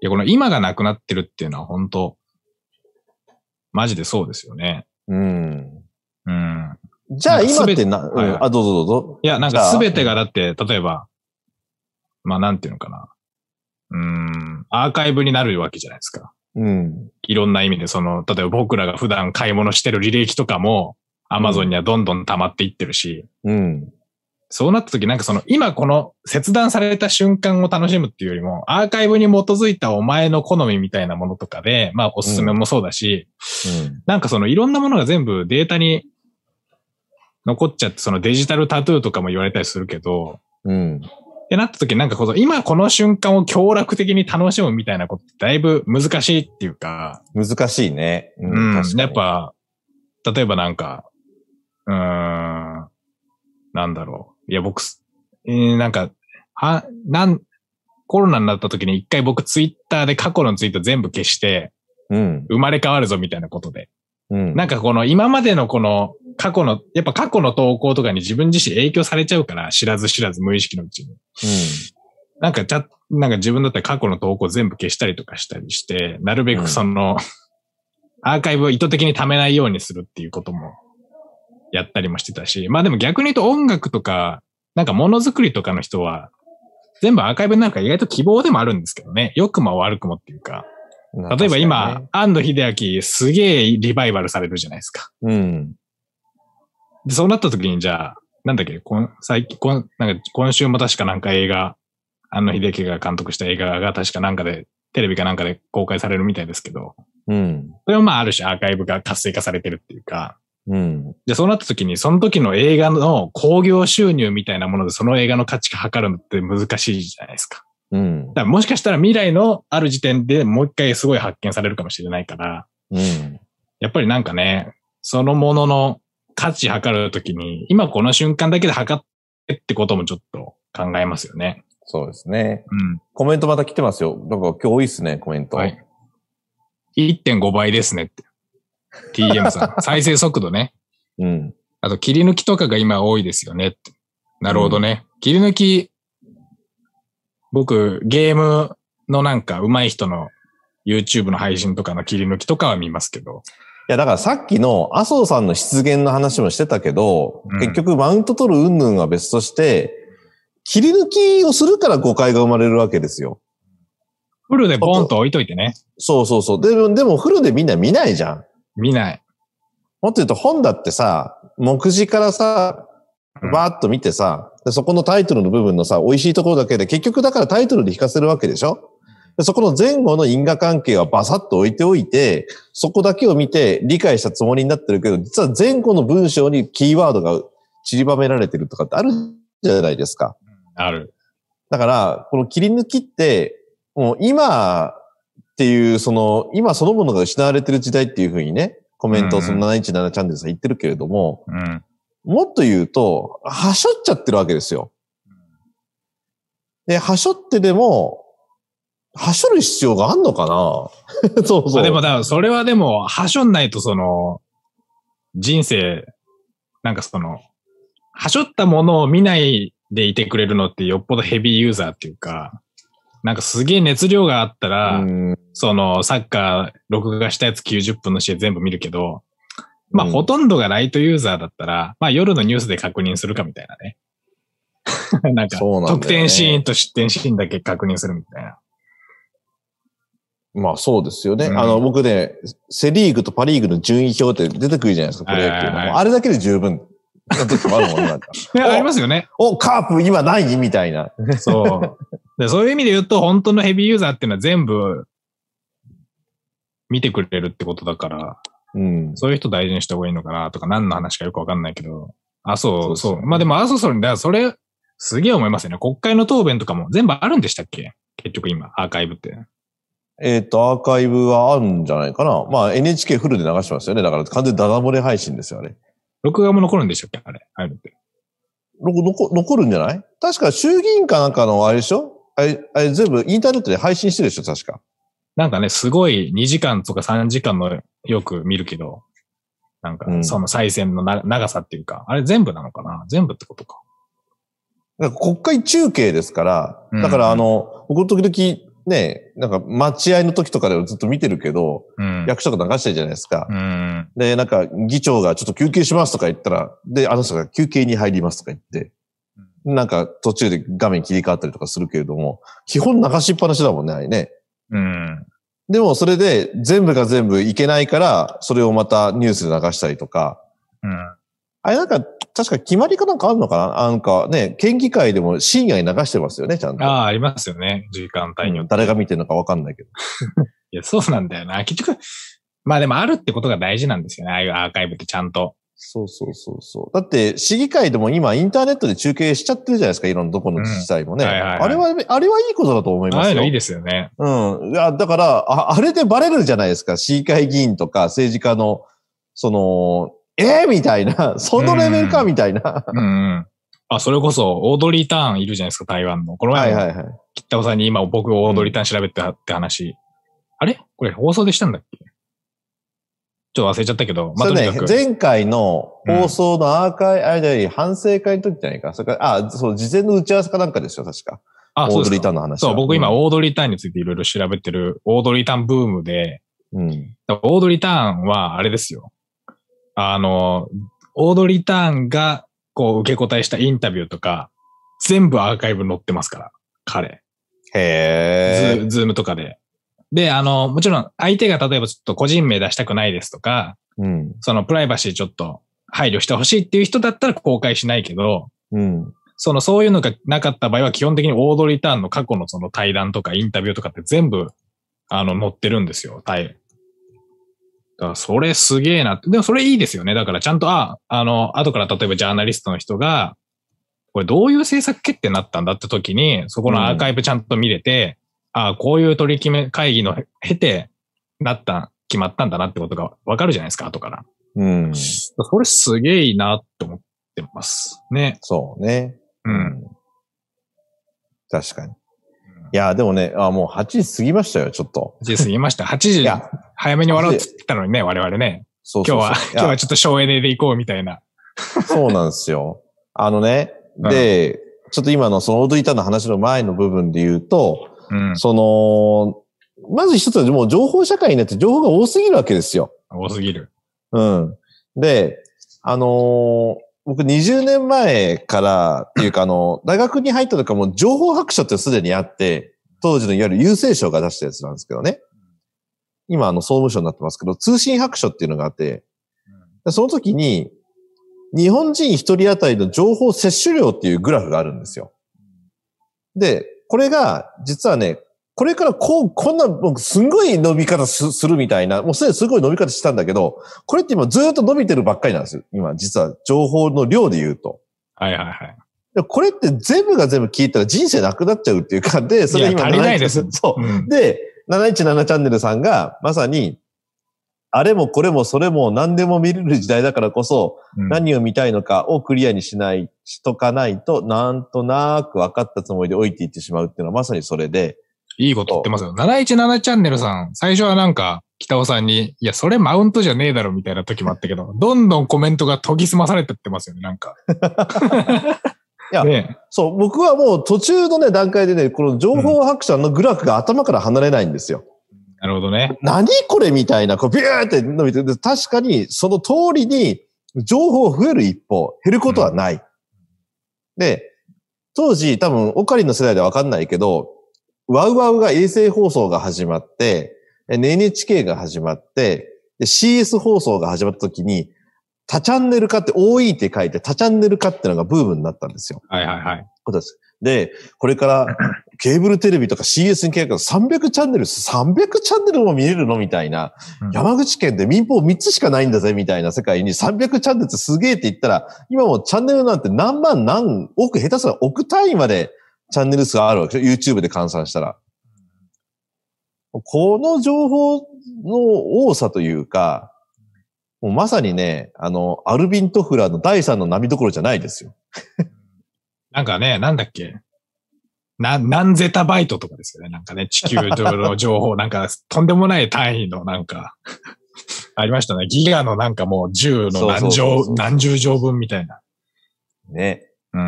いや、この今がなくなってるっていうのは本当マジでそうですよね。うん。うん。じゃあなん今かすっべてな、はいはいうんあ、どうぞどうぞ。いや、なんじゃかあすべてがだって、例えば、まあなんていうのかな。うん、アーカイブになるわけじゃないですか。うん。いろんな意味で、その、例えば僕らが普段買い物してる履歴とかも、アマゾンにはどんどん溜まっていってるし、うん。そうなった時なんかその、今この切断された瞬間を楽しむっていうよりも、アーカイブに基づいたお前の好みみたいなものとかで、まあおすすめもそうだし、なんかそのいろんなものが全部データに残っちゃって、そのデジタルタトゥーとかも言われたりするけど、うん。うん。ってなった時なんかこの今この瞬間を強楽的に楽しむみたいなことってだいぶ難しいっていうか、難しいね。ううん確、かにやっぱ、例えばなんか、うーん、なんだろう。いや、僕、えーなんか、は、なん、コロナになった時に一回僕ツイッターで過去のツイート全部消して、うん。生まれ変わるぞみたいなことで。うん。なんかこの今までのこの過去の、やっぱ過去の投稿とかに自分自身影響されちゃうから、知らず知らず無意識のうちに。なんかちゃ、なんか自分だったら過去の投稿全部消したりとかしたりして、なるべくその、 *laughs* アーカイブを意図的に貯めないようにするっていうこともやったりもしてたし、まあでも逆に言うと音楽とか、なんかものづくりとかの人は、全部アーカイブになるから意外と希望でもあるんですけどね。良くも悪くもっていうか。うん。例えば確か今、安藤秀明すげえリバイバルされるじゃないですか。にね。で、そうなった時に、じゃあ、なんだっけ、こん最近、こんなんか今週も確かなんか映画、安野秀樹が監督した映画が確かなんかで、テレビかなんかで公開されるみたいですけど、うん。うん。それはまあある種アーカイブが活性化されてるっていうか、うん。で、そうなった時に、その時の映画の興行収入みたいなもので、その映画の価値が測るのって難しいじゃないですか。うんだ。からもしかしたら未来のある時点でもう一回すごい発見されるかもしれないから、うん。やっぱりなんかね、そのものの価値測るときに、今この瞬間だけで測ってってこともちょっと考えますよね。そうですね。うん。コメントまた来てますよ。なんか今日多いっすね、コメント。はい。1.5倍ですねって。TM さん。再生速度ね。うん。あと、切り抜きとかが今多いですよねって。なるほどね。切り抜き、僕、ゲームのなんか上手い人の YouTube の配信とかの切り抜きとかは見ますけど。いや、だからさっきの麻生さんの失言の話もしてたけど、うん結局マウント取る云々は別として、切り抜きをするから誤解が生まれるわけですよ。フルでボンと置いといてね。そうそうそう。でも、でもフルでみんな見ないじゃん。見ない。もっと言うと本だってさ、目次からさ、うんバーッと見てさ、でそこのタイトルの部分のさ、美味しいところだけで、結局だからタイトルで引かせるわけでしょでそこの前後の因果関係はバサッと置いておいて、そこだけを見て理解したつもりになってるけど、実は前後の文章にキーワードが散りばめられてるとかってあるじゃないですか。ある。だから、この切り抜きって、もう今っていう、その、今そのものが失われてる時代っていうふうにね、コメントをその717チャンネルさん言ってるけれども、うん。もっと言うと、はしょっちゃってるわけですよ。で、はしょってでも、はしょる必要があんのかな *laughs* そうそまう。あでも、だからそれはでも、はしょんないとその、人生、なんかその、はしょったものを見ないでいてくれるのってよっぽどヘビーユーザーっていうか、なんかすげえ熱量があったら、うん、そのサッカー録画したやつ90分の試合全部見るけど、まあうんほとんどがライトユーザーだったら、まあ夜のニュースで確認するかみたいなね。 *laughs* なんか、そうなんだよね得点シーンと失点シーンだけ確認するみたいな。まあそうですよね。うんあの、僕ね、セリーグとパリーグの順位表って出てくるじゃないですか、プロ野球はいはいの。はいもうあれだけで十分 *laughs* な時もあるもんなんか。ねおありますよね。お、カープ今ないみたいな。そう。でそういう意味で言うと、本当のヘビーユーザーっていうのは全部見てくれるってことだから、うん。そういう人大事にした方がいいのかなとか、何の話かよくわかんないけど。あ、そう、そそうう。ですねまあでも、あ、そう、それ、だからそれ、すげえ思いますよね。国会の答弁とかも全部あるんでしたっけ結局今、アーカイブって。えっ、と、アーカイブはあるんじゃないかな。まあ NHK フルで流してますよね。だから完全にダダ漏れ配信ですよね。録画も残るんでしたっけあれ。ああいうのって。のこ残残るんじゃない確か衆議院かなんかのあれでしょあれ、あれ全部インターネットで配信してるでしょ確か。なんかね、すごい2時間とか3時間のよく見るけど、なんかう、んその再選のな長さっていうか、あれ全部なのかな全部ってことか。だから国会中継ですから、だかうんらあの、僕時々ね、なんか待合の時とかでもずっと見てるけど、うん。役所が流してるじゃないですか。うん。で、なんか議長がちょっと休憩しますとか言ったら、で、あの人が休憩に入りますとか言って、なんか途中で画面切り替わったりとかするけれども、基本流しっぱなしだもんね、あれね。うん。でもそれで全部が全部いけないから、それをまたニュースで流したりとか、うん。あれなんか確か決まりかなんかあるのかななんかね、県議会でも深夜に流してますよね、ちゃんと。ああ、ありますよね。時間帯によって。誰が見てるのかわかんないけど。いや、そうなんだよな。結局、まあでもあるってことが大事なんですよね。ああいうアーカイブってちゃんと。そうそうそうそう。だって、市議会でも今インターネットで中継しちゃってるじゃないですか、いろんなどこの自治体もね。うんはいはいはいあれは、あれはいいことだと思いあまあいすうよ。のいいですよね。うん。いや、だから、あ、 *laughs* あれでバレるじゃないですか。市議会議員とか政治家の、その、えー、みたいな、 *laughs* そのレベルかうんみたいな。うんうん。あ、それこそ、オードリー・ターンいるじゃないですか、台湾の。このはい前はの、いはい。北尾さんに今僕オードリー・ターン調べてたって話。あれこれ放送でしたんだっけちょっと忘れちゃったけど、まあ、そとにれかねく、。前回の放送のアーカイブ、あれだより反省会の時じゃないか。それから、あ、そう、事前の打ち合わせかなんかですよ、確か。あ、オそうードでリーすターか。ンの話は。そう、僕今、オードリー・ターンについていろいろ調べてる、オードリー・ターンブームで、うん。うん。オードリーターンは、あれですよ。あの、オードリーターンが、こう、受け答えしたインタビューとか、全部アーカイブ載ってますから、彼。ズへえ。ーズームとかで。で、あの、もちろん、相手が例えばちょっと個人名出したくないですとか、うん。そのプライバシーちょっと配慮してほしいっていう人だったら公開しないけど、うん。その、そういうのがなかった場合は、基本的にオードリーターンの過去のその対談とかインタビューとかって全部、あの、載ってるんですよ、タイ。だから、それすげえなって。でも、それいいですよね。だから、ちゃんと、あ、あの、後から例えばジャーナリストの人が、これどういう政策決定になったんだって時に、そこのアーカイブちゃんと見れて、あこういう取り決め会議の経て、なった、決まったんだなってことがわかるじゃないですか、後から。うん。それすげえいいなって思ってます。ね。そうね。うん。。確かに。いや、でもね、あもう8時過ぎましたよ、ちょっと。 8時過ぎました。8い時や、早めに終わろうって言ってたのにね、我々ね。そうそ今う日そうは、今日はちょっと省エネで行こうみたいな。いやそうなんですよ。あのね、うんで、ちょっと今のそのオードリーターンの話の前の部分で言うと、うん。その、まず一つはもう情報社会になって情報が多すぎるわけですよ。多すぎる。うん。で、あのー僕20年前からっていうか、あの、大学に入った時はもう情報白書ってすでにあって、当時のいわゆる郵政省が出したやつなんですけどね。今、あの、総務省になってますけど、通信白書っていうのがあって、でその時に、日本人一人当たりの情報摂取量っていうグラフがあるんですよ。で、これが、実はね、これからこう、こんな、僕、すんごい伸び方すするみたいな、もうすでにすごい伸び方したんだけど、これって今ずーっと伸びてるばっかりなんですよ。今、実は情報の量で言うと。はいはいはい。でこれって全部が全部聞いたら人生なくなっちゃうっていうか、で、それ今いや足りないです71そう *laughs* う。ん。で、717チャンネルさんが、まさに、あれもこれもそれも何でも見れる時代だからこそ、うん何を見たいのかをクリアにしない、しとかないと、なんとなく分かったつもりで置いていってしまうっていうのはまさにそれで、いいこと言ってますよ。717チャンネルさん、最初はなんか、北尾さんに、いや、それマウントじゃねえだろみたいな時もあった *laughs* けど、どんどんコメントが研ぎ澄まされてってますよね、なんか。いやねそう、僕はもう途中のね、段階でね、この情報白書のグラフが頭から離れないんですよ。なるほどね。何これみたいな、こうビューって伸びてで確かにその通りに情報増える一方、減ることはない。で、当時多分オカリンの世代ではわかんないけど、ワウワウが衛星放送が始まって、え NHK が始まって、で CS 放送が始まった時に、多チャンネル化って OE って書いて多チャンネル化ってのがブームになったんですよ。はいはいはい。ことです。で、これ *laughs* からケーブルテレビとか CS に契約する300チャンネル、300チャンネルも見れるのみたいな、うん山口県で民放3つしかないんだぜみたいな世界に300チャンネルってすげえって言ったら、今もうチャンネルなんて何万何億、下手すら億単位までチャンネル数があるわけでしょ YouTube で換算したら。この情報の多さというか、もうまさにね、あの、アルビントフラーの第三の波どころじゃないですよ。なんかね、なんだっけ。な、何ゼタバイトとかですよね。なんかね、地球上の *laughs* 情報、なんか、とんでもない単位の、なんか、ありましたね。ギガのなんかもう10の何そうそうそう乗そう、何十乗分みたいな。ね。うん。い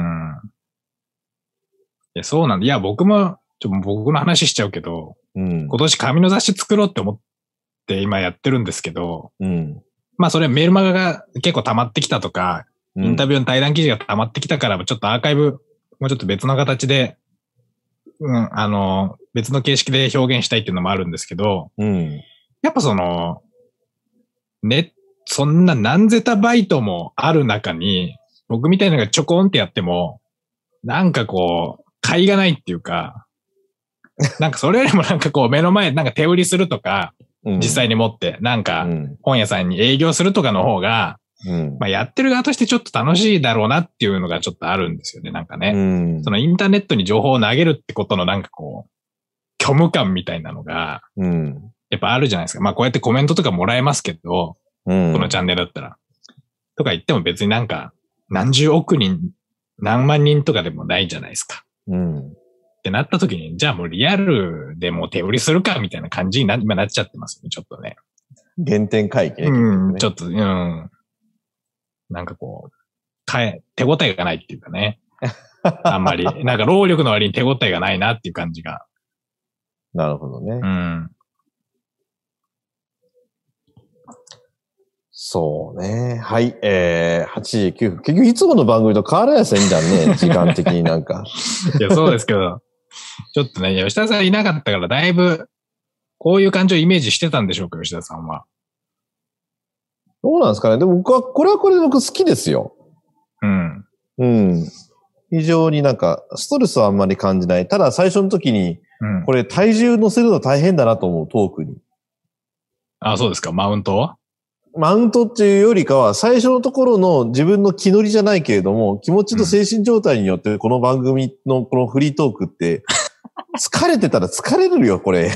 や、そうなんだ。いや、僕も、ちょ、僕の話しちゃうけど、うん。今年紙の雑誌作ろうって思って今やってるんですけど、うん。まあそれメールマガが結構溜まってきたとか、インタビューの対談記事が溜まってきたから、ちょっとアーカイブ、もうちょっと別の形で、うん、あの、別の形式で表現したいっていうのもあるんですけど、うん。やっぱその、ね、そんな何ゼタバイトもある中に、僕みたいなのがちょこんってやっても、なんかこう、買いがないっていうか、なんかそれよりも *laughs* なんかこう目の前、なんか手売りするとか、うん実際に持って、なんうかん。本屋さんに営業するとかの方が、うん。まあやってる側としてちょっと楽しいだろうなっていうのがちょっとあるんですよね、なんかね。うんそのインターネットに情報を投げるってことのなんかこう、虚無感みたいなのが、うん。やっぱあるじゃないですか。まあこうやってコメントとかもらえますけど、うん。このチャンネルだったら。とか言っても別になんか、何十億人、何万人とかでもないじゃないですか。うん。ってなった時に、じゃあもうリアルでもう手売りするかみたいな感じにな今なっちゃってますね、ちょっとね。原点回帰ね。うん、ちょっっと、うん。なんかこう、かえ、手応えがないっていう *laughs* かね。あんまり、なんか労力の割に手応えがないなっていう感じが。と。なるほどねう。ん。そうね。はい。えー、8時9分。結局いつもの番組と変わらないですね、みたいな *laughs* ね。時間的になんか。いや、そうですけど、 *laughs* ちょっとね、吉田さんいなかったから、だいぶ、こういう感じをイメージしてたんでしょうか、吉田さんは。どうなんですかね。でも僕は、これはこれで僕好きですよ。うん。うん。非常になんか、ストレスはあんまり感じない。ただ最初の時に、うん。これ体重乗せるの大変だなと思う、トークに。あ、そうですか、マウントはマウントっていうよりかは、最初のところの自分の気乗りじゃないけれども、気持ちと精神状態によって、この番組のこのフリートークって、疲れてたら疲れるよ、こ *laughs* れ。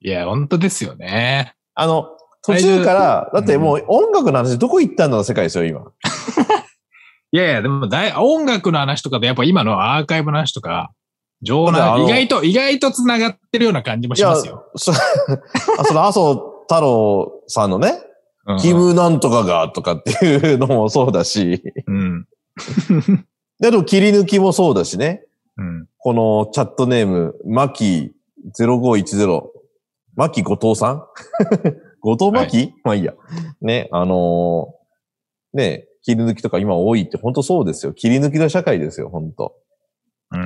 いや、本当ですよね。あの、途中から、だ体重ってもう音楽の話どこ行ったんだの世界ですよ、今。いやいや、でもだい、音楽の話とかで、やっぱ今のアーカイブの話とか、冗まだあ談、の意外と、意外と繋がってるような感じもしますよ。そ *laughs* あその麻生太郎さんのね、うんキムなんとかがとかっていうのもそうだし、うん。であと切り抜きもそうだしね。うん。このチャットネーム、マキ0510。マキ後藤さん *laughs* 後藤マキ、まあいいや。ね、あのーね、切り抜きとか今多いって本当そうですよ。切り抜きの社会ですよ、本当うん。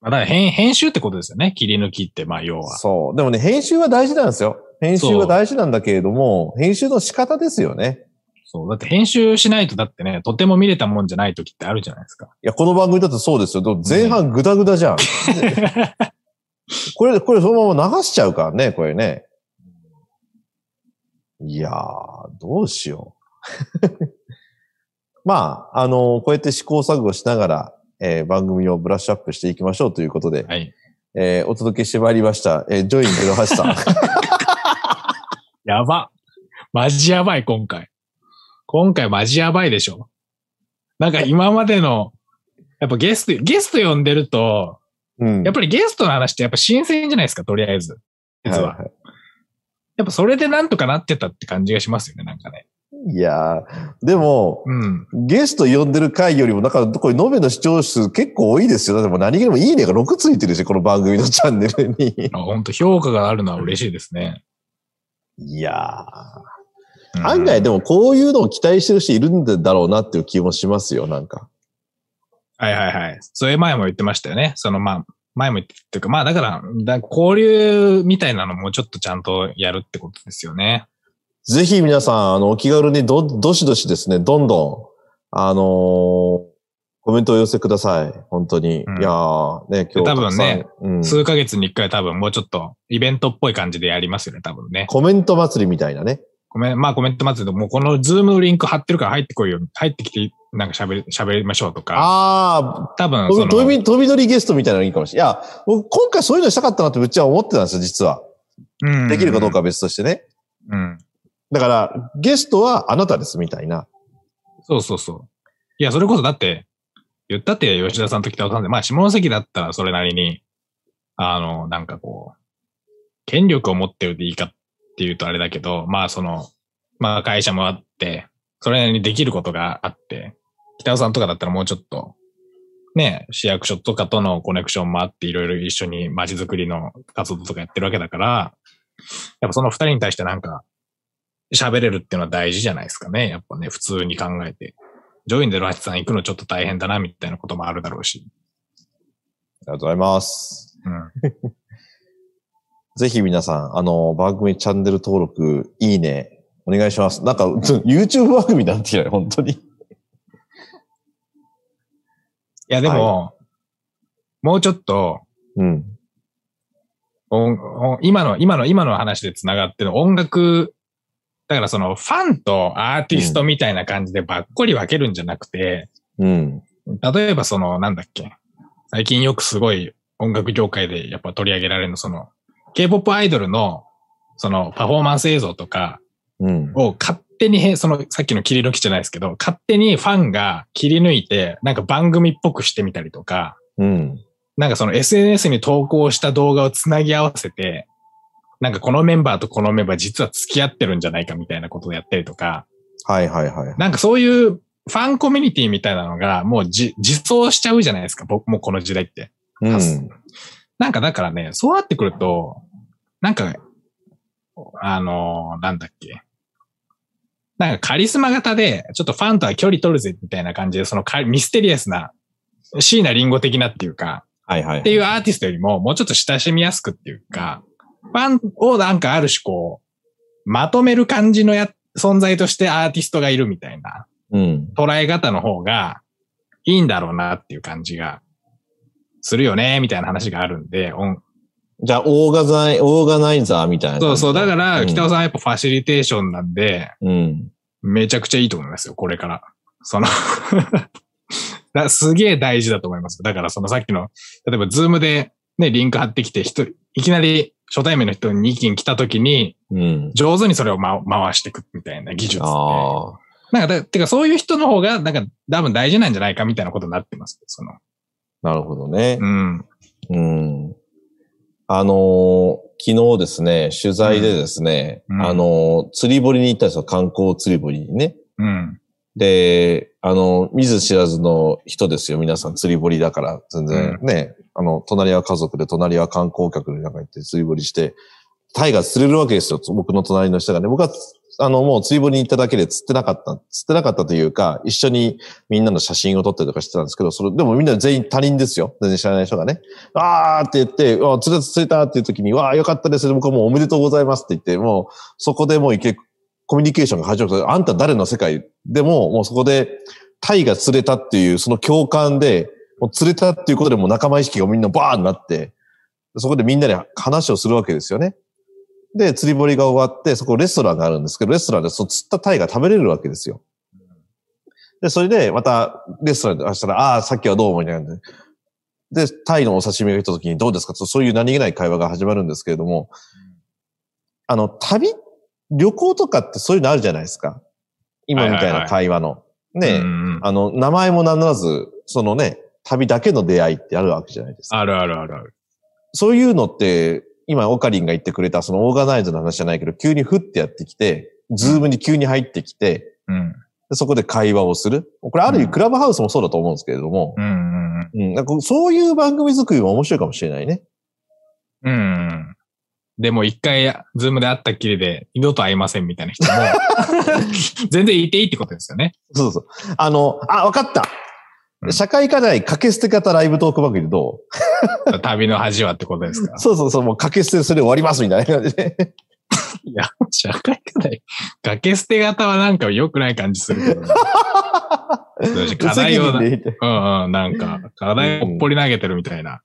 まあ、だから編、編集ってことですよね。切り抜きって、まあ、要は。そう。でもね、編集は大事なんですよ。編集は大事なんだけれども、編集の仕方ですよね。そう。だって編集しないと、だってね、とても見れたもんじゃない時ってあるじゃないですか。いや、この番組だとそうですよ。でも前半グダグダじゃ *laughs* ん。これ、これそのまま流しちゃうからね、これね。いやー、どうしよう。 *laughs* まあ、あのこうやって試行錯誤しながら、えー番組をブラッシュアップしていきましょうということで、はい。えーお届けしてまいりました。えージョイン・黒橋 *laughs* さん。やば。マジやばい、今回。今回マジやばいでしょ。なんか今までの、やっぱゲスト、ゲスト呼んでると、うんやっぱりゲストの話ってやっぱ新鮮じゃないですか、とりあえず。実は。いいやっぱそれでなんとかなってたって感じがしますよね、なんかね。いやー、でも、うん。ゲスト呼んでる回よりも、だから、これ、延べの視聴数結構多いですよ。だってもう何気にもいいねが6ついてるし、この番組のチャンネルに。あ本当評価があるのは嬉しいですね。いやー。うん案外でもこういうのを期待してる人いるんだろうなっていう気もしますよ、なんか。はいはいはい。それ前も言ってましたよね。そのまあ、前も言ってっていうか、まあだから、だ交流みたいなのもちょっとちゃんとやるってことですよね。ぜひ皆さん、あの、お気軽にど、どしどしですね、どんどん、あのーコメントを寄せてください。本当に。うんいやー、ね、今日多分ねたくさん、うん数ヶ月に一回多分もうちょっとイベントっぽい感じでやりますよね、多分ね。コメント祭りみたいなね。ごめん、まあコメント待つけど、もうこのズームのリンク貼ってるから入ってこいよ、入ってきて、なんか喋り、喋りましょうとか。あ多ー、分そ僕、飛の、び、飛び乗りゲストみたいなのいいかもしれない。いや、僕、今回そういうのしたかったなってうちは思ってたんですよ、実は。うんできるかどうか。は別としてね。うん。だから、ゲストはあなたです、みたいな。そうそうそう。いや、それこそだって、言ったって吉田さんと北尾さんで、まあ下関だったらそれなりに、あの、なんかこう、権力を持ってるって言いかっていうとあれだけど、まあその、まあ会社もあって、それなりにできることがあって、北尾さんとかだったらもうちょっと、ね、市役所とかとのコネクションもあって、いろいろ一緒に街づくりの活動とかやってるわけだから、やっぱその二人に対してなんか、喋れるっていうのは大事じゃないですかね。やっぱね、普通に考えて。ジョイン08さん行くのちょっと大変だな、みたいなこともあるだろうし。ありがとうございます。うん。ぜひ皆さん、あの、番組チャンネル登録、いいね、お願いします。なんか、 *laughs* ちょ YouTube 番組になってきたよ、本当に。いや、でも、もうちょっと、うん。音音今の、今の、今の話で繋がってる音楽、だからそのファンとアーティストみたいな感じでばっこり分けるんじゃなくて、うん。例えばその、なんだっけ、最近よくすごい音楽業界でやっぱ取り上げられるの、その、K-POP アイドルの、そのパフォーマンス映像とか、うん。を勝手にへ、そのさっきの切り抜きじゃないですけど、勝手にファンが切り抜いて、なんか番組っぽくしてみたりとか、うん。なんかその SNS に投稿した動画をつなぎ合わせて、なんかこのメンバーとこのメンバー実は付き合ってるんじゃないかみたいなことをやったりとか、はいはいはい。なんかそういうファンコミュニティみたいなのがもうじ実装しちゃうじゃないですか、僕もこの時代って。うん。なんかだからね、そうなってくると、なんか、あのーなんだっけ。なんかカリスマ型で、ちょっとファンとは距離取るぜみたいな感じで、そのカリミステリアスな、椎名林檎的なっていうか、はいはい。っていうアーティストよりも、もうちょっと親しみやすくっていうか、ファンをなんかある種こう、まとめる感じのや、存在としてアーティストがいるみたいな。うん。捉え方の方がいいんだろうなっていう感じがするよね、みたいな話があるんで、オンじゃあ、オーガザイ、オーガナイザーみたいな。そうそう、だかうら、ん北尾さんはやっぱファシリテーションなんで、うん。めちゃくちゃいいと思いますよ、これから。その *laughs* だ、すげえ大事だと思います。だから、そのさっきの、例えば、ズームでね、リンク貼ってきて、人、いきなり初対面の人に意見来た時に、うん。上手にそれを、ま、回していくみたいな技術って。ああ。なんかだ、てか、そういう人の方が、なんか、多分大事なんじゃないかみたいなことになってます。その、なるほどねう。ん。うん。あのー昨日ですね、取材でですね、うんうんあのー釣り堀に行ったんですよ、観光釣り堀にね。うん。で、あの、見ず知らずの人ですよ。皆さん釣り堀だから、全然ね、あの、隣は家族で、隣は観光客でなんか行って釣り堀して、タイが釣れるわけですよ。僕の隣の人がね。僕は、あの、もう釣り堀に行っただけで釣ってなかった、釣ってなかったというか、一緒にみんなの写真を撮ったりとかしてたんですけど、それ、でもみんな全員他人ですよ。全然知らない人がね。あーって言って、あ釣れた釣れたっていう時に、わーよかったです。僕はもうおめでとうございますって言って、もう、そこでもう結コミュニケーションが始まる。あんた誰の世界でも、もうそこで、タイが釣れたっていう、その共感で、もう釣れたっていうことでもう仲間意識がみんなバーンなって、そこでみんなで話をするわけですよね。で、釣り堀が終わって、そこレストランがあるんですけど、レストランでその釣ったタイが食べれるわけですよ。で、それで、また、レストランで、あしたら、ああー、さっきはどうも、みたいな感じで。で、タイのお刺身が来た時にどうですかと、そういう何気ない会話が始まるんですけれども、あの、旅旅行とかってそういうのあるじゃないですか。今みたいな会話の。ね、うんうんあの、名前も名乗らず、そのね、旅だけの出会いってあるわけじゃないですか。あるあるあるある。そういうのって、今、オカリンが言ってくれた、そのオーガナイズの話じゃないけど、急にフってやってきて、ズームに急に入ってきて、うん。でそこで会話をする。これ、ある意う味、んクラブハウスもそうだと思うんですけれども、うんうんうん、なんかそういう番組作りも面白いかもしれないね。うん。うんうん。でも一回、ズームで会ったっきりで、二度と会いませんみたいな人も、 *laughs* 全然いていいってことですよね。そうそう。あの、あ、わかった、うん社会課題、掛け捨て型ライブトーク番組でどう。旅の恥はってことですかそうそうそう、もう掛け捨てそれで終わりますみたいな感じで。いや、社会課題。崖捨て型はなんか良くない感じするけどね、うし課題 *laughs* 無を責任でいいってうんうん、なんか、課題をほっぽり投げてるみたいな。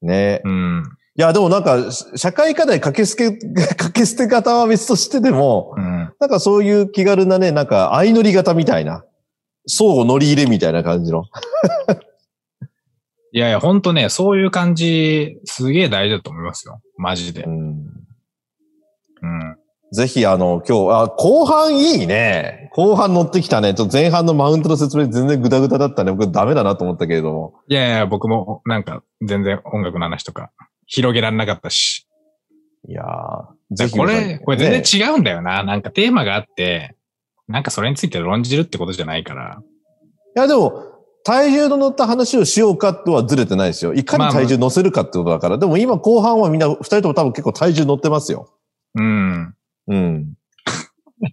ねうん。いや、でもなんか、し社会課題掛け *laughs* 捨て、掛け捨て方は別としてでもう、ん。なんかそういう気軽なね、なんか相乗り型みたいな、相互乗り入れみたいな感じの。いやいや、ほんとね、そういう感じ、すげえ大事だと思いますよ。マジでう。んうん。ぜひあの、今日、あ、後半いいね。後半乗ってきたね。ちょっと前半のマウントの説明全然グダグダだったね。僕ダメだなと思ったけれども。いやいや、僕も、なんか、全然音楽の話とか、広げられなかったし。いやー、ぜひこ皆さん。れ、これね全然違うんだよな。なんかテーマがあって、なんかそれについて論じるってことじゃないから。いや、でも、体重の乗った話をしようかとはずれてないですよ。いかに体重乗せるかってことだから。でも今後半はみんな、二人とも多分結構体重乗ってますよ。うん。うん。い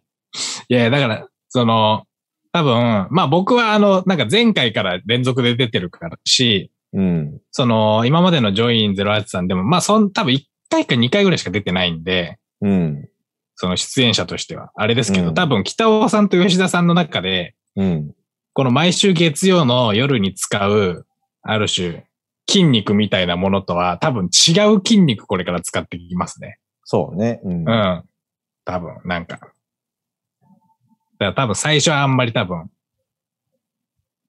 やいや、だから、その、多分、まあ僕はあの、なんか前回から連続で出てるからし、うん。その、今までのジョイン08さんでも、まあそん、多分1回か2回ぐらいしか出てないんで、うん。その出演者としては。あれですけど、うん多分北尾さんと吉田さんの中で、うん。この毎週月曜の夜に使う、ある種、筋肉みたいなものとは、多分違う筋肉これから使ってきますね。そうね。うん。うん。多分、なんか。だから多分最初はあんまり多分、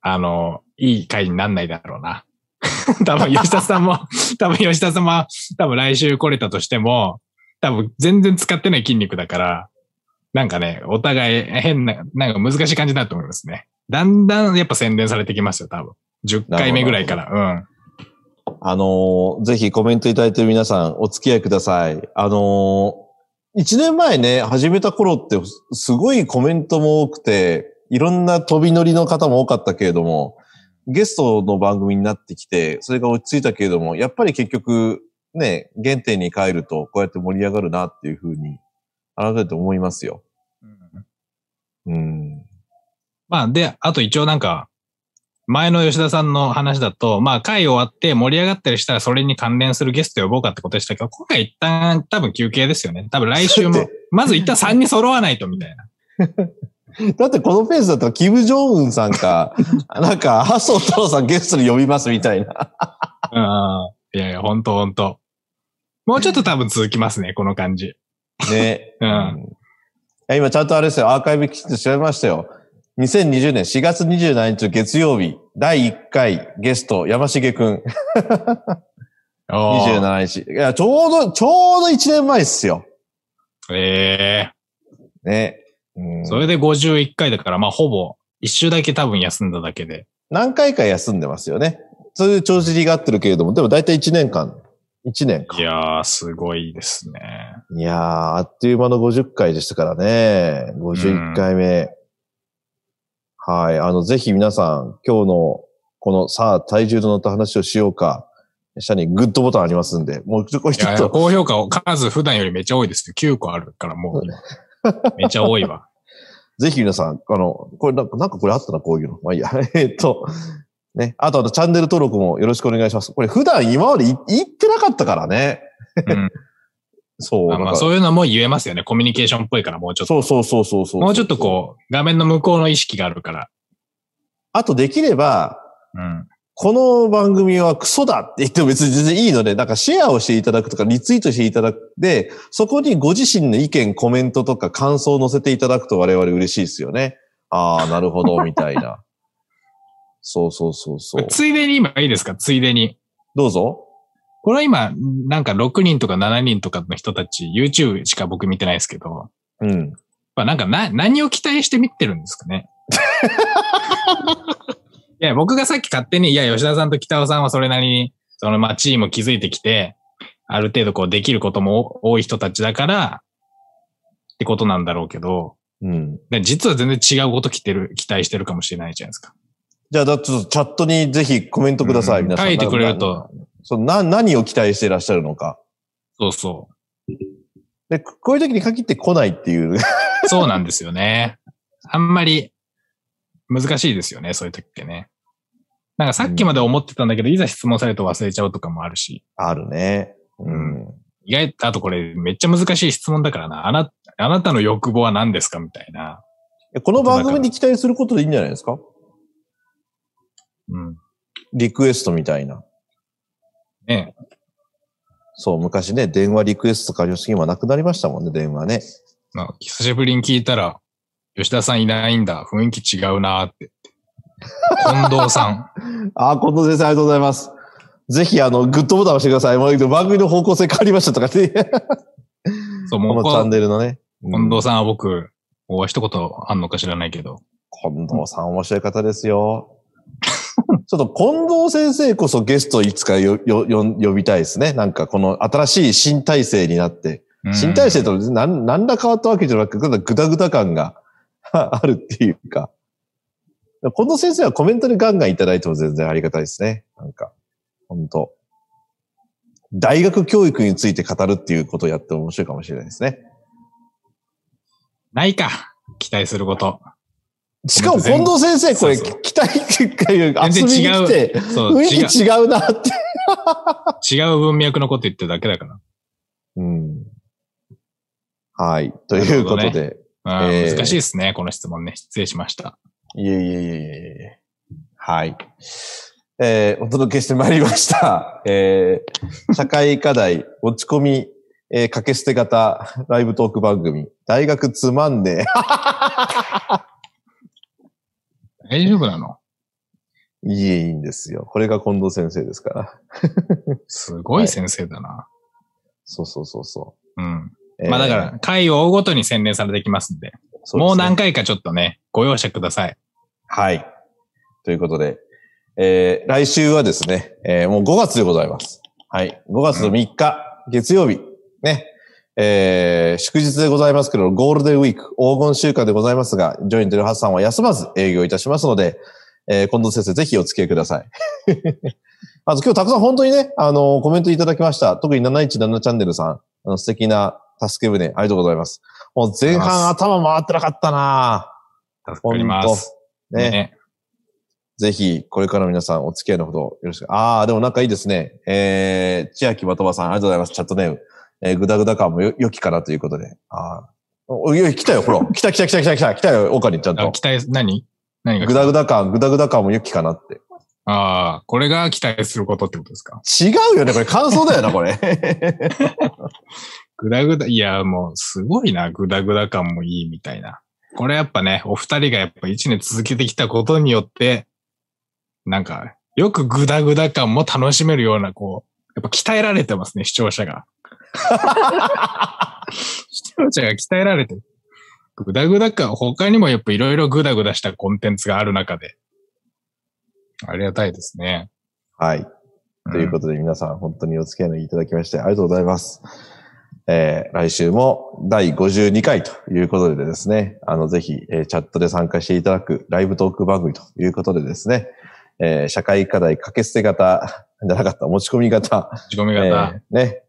あの、いい回になんないだろうな。 *laughs* 多分吉田さんも、 *laughs* 多分吉田さんも、多分来週来れたとしても、多分全然使ってない筋肉だから、なんかね、お互い変な、なんか難しい感じになると思いますね。だんだんやっぱ宣伝されてきますよ、多分。10回目ぐらいから。あのーぜひコメントいただいている皆さん、お付き合いください。あのー、一年前ね、始めた頃って、すごいコメントも多くて、いろんな飛び乗りの方も多かったけれども、ゲストの番組になってきて、それが落ち着いたけれども、やっぱり結局、ね、原点に帰ると、こうやって盛り上がるなっていうふうに、改めて思いますよ。うん。うん。まあ、で、あと一応なんか、前の吉田さんの話だと、まあ、会終わって盛り上がったりしたら、それに関連するゲスト呼ぼうかってことでしたけど、今回一旦多分休憩ですよね。多分来週だっもて、まず一旦3人揃わないとみたいな。だってこのペースだったら、キム・ジョンウンさん *laughs* か、なんか、麻生太郎さんゲストに呼びますみたいな。うん。いやいや、ほんとほんと。もうちょっと多分続きますね、この感じ。ね。うんいや今ちゃんとあれですよ、アーカイブきちんと調べましたよ。2020年4月27日月曜日、第1回ゲスト、山重くん、おー27日。いや、ちょうど、ちょうど1年前っすよ。えね。うえんそれで51回だから、まあ、ほぼ、一週だけ多分休んだだけで。何回か休んでますよね。そういう帳尻が合ってるけれども、でも大体1年間。1年か。いやー、すごいですね。いやー、あっという間の50回でしたからね。51回目。はい。あの、ぜひ皆さん、今日の、この、さあ、体重の乗った話をしようか。下にグッドボタンありますんで、もうちょこれ *laughs* いちょやっいやと、高評価を数普段よりめっちゃ多いですね。9個あるからもう今。めっちゃ多いわ。ぜひ皆さん、あの、これなんか、なんかこれあったな、こういうの。まあいいや。 *laughs* えっと、ね。あと、あと、チャンネル登録もよろしくお願いします。これ普段今までい言ってなかったからね。うん、 *laughs* そう。まあ *laughs* なまんあかそういうのも言えますよね。コミュニケーションっぽいからもうちょっと。そうそうそうそうそう。もうちょっとこう、画面の向こうの意識があるから。あとできれば、うん。この番組はクソだって言っても別に全然いいので、なんかシェアをしていただくとか、リツイートしていただく。で、そこにご自身の意見、コメントとか感想を載せていただくと我々嬉しいですよね。ああ、なるほど、みたいな。そうそうそうそう。ついでに今いいですかついでに。どうぞ。これは今、なんか6人とか7人とかの人たち、YouTube しか僕見てないですけど、うん。まあなんかな、何を期待して見てるんですかねいや、僕がさっき勝手に、いや、吉田さんと北尾さんはそれなりに、そのまあチームを築いてきて、ある程度こうできることも多い人たちだから、ってことなんだろうけど、うん。で実は全然違うこと来てる、期待してるかもしれないじゃないですか。じゃあ、だちょっとチャットにぜひコメントください、うん皆さん。書いてくれるとな。なそうな何を期待していらっしゃるのか。そうそで、ここういう時に限って来ないっていう。う。そうなんですよね。あんまり難しいですよね、そういう時ってね。なんかさっきまで思ってたんだけど、いざ質問されると忘れちゃうとかもあるし。あるね。うん。意外と、あとこれめっちゃ難しい質問だからな。あな、あなたの欲望は何ですかみたいな。この番組に期待することでいいんじゃないですかうん。リクエストみたいな。ねそう、昔ね、電話リクエストとかありましたけど今なくなりましたもんね、電話ね。まあ久しぶりに聞いたら、吉田さんいないんだ。雰囲気違うなーって。近藤 *laughs* さん。ああ、近藤先生ありがとうございます。ぜひ、あの、グッドボタン押してください。もう番組の方向性変わりましたとかね。そこう、*laughs* もうのチこャンネルのね。近う藤んさんは僕、お会い一言あんのか知らないけど。近藤さん面白い方ですよ。 *laughs* ちょっと近藤先生こそゲストいつかよよよ呼びたいですね。なんかこの新しい新体制になって。うん新体制と何何ら変わったわけじゃなくて、ただグダグダ感が *laughs* あるっていうか。近藤先生はコメントにガンガンいただいても全然ありがたいですね。なんか、本当大学教育について語るっていうことをやっても面白いかもしれないですね。ないか。期待すること。しかも近藤先生、これ、そうそ期待結果より遊び全に然違来うて、 *laughs* そう、雰違囲う、気違うなって。違う文脈のこと言ってるだけだかうん。はい。ということなるほどで、ら。うんえー難しいですね、この質問ね。失礼しました。いえいえいえいえいえ。はい。えーお届けしてまいりました。 *laughs* えー社会課題、落ち込み、えー、掛け捨て型、ライブトーク番組、大学つまんね大丈夫なのえ。 *laughs* いいえ、いいんですよ。これが近藤先生ですから。すごい先生だな。そうそうそうそうん。う。えーまあだか、ら、回を追うごとに洗練されてきますんで、そですねもう何回かちょっとね、ご容赦ください。はい。ということで、えー来週はですね、えーもう5月でございます。はい。5月の3日、月曜日、ね、えー祝日でございますけど、ゴールデンウィーク、黄金週間でございますが、ジョイン・デルハッサンは休まず営業いたしますので、えー近藤先生、ぜひお付き合いください。 *laughs* まず今日たくさん本当にね、あのコメントいただきました。特に717チャンネルさん、あの素敵な助け舟、ありがとうございます。もう前半頭回ってなかったな助かります。ぁねぜひ、これから皆さんお付き合いのほどよろしく。ああ、でもなんかいいですね。えー、千秋まとばさん、ありがとうございます。チャットネーム。えー、ぐだぐだ感もよ、良きかなということで。ああ。おいや、来たよ、ほら。 *laughs* 来た来た来た来た来た。来たよ、オカリンちゃんあと。期待、何何がぐだぐだ感、ぐだぐだ感も良きかなって。ああ、これが期待することってことですか違うよね、これ感想だよな、これ。 *laughs* ぐだぐだ、いや、もうすごいな、ぐだぐだ感もいいみたいな。これやっぱね、お二人がやっぱ一年続けてきたことによって、なんか、よくぐだぐだ感も楽しめるような、こう、やっぱ鍛えられてますね、視聴 *laughs* 者が。視聴者が鍛えられてる。ぐだぐだ感、他にもやっぱいろいろぐだぐだしたコンテンツがある中で、ありがたいですね。はい。ということで皆さん本当にお付き合いいただきましてありがとうございます。えー来週も第52回ということでですね、あの、ぜひ、えーチャットで参加していただくライブトーク番組ということでですね、えー社会課題掛け捨て型じゃなかった、持ち込み型、打ち込みえ方、ーね、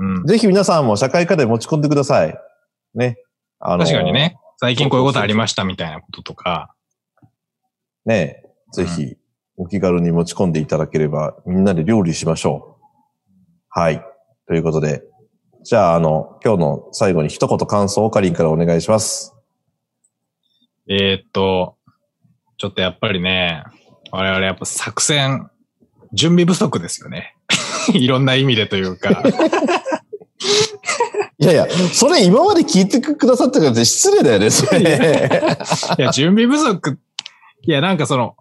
うん。ぜひ皆さんも社会課題持ち込んでください。ね。あ確かに。ね、最近こういうことありましたみたいなこととか、ね。ぜひ、お気軽に持ち込んでいただければ、みんなで料理しましょう。はい。ということで。じゃあ、あの、今日の最後に一言感想をかりんからお願いします。えーっと、ちょっとやっぱりね、我々やっぱ作戦、準備不足ですよね。 *laughs* いろんな意味でとい *laughs* うか。いやいや、それ今まで聞いてくださったからって失礼だよね、それ。いや、準備不足。いや、なんかその、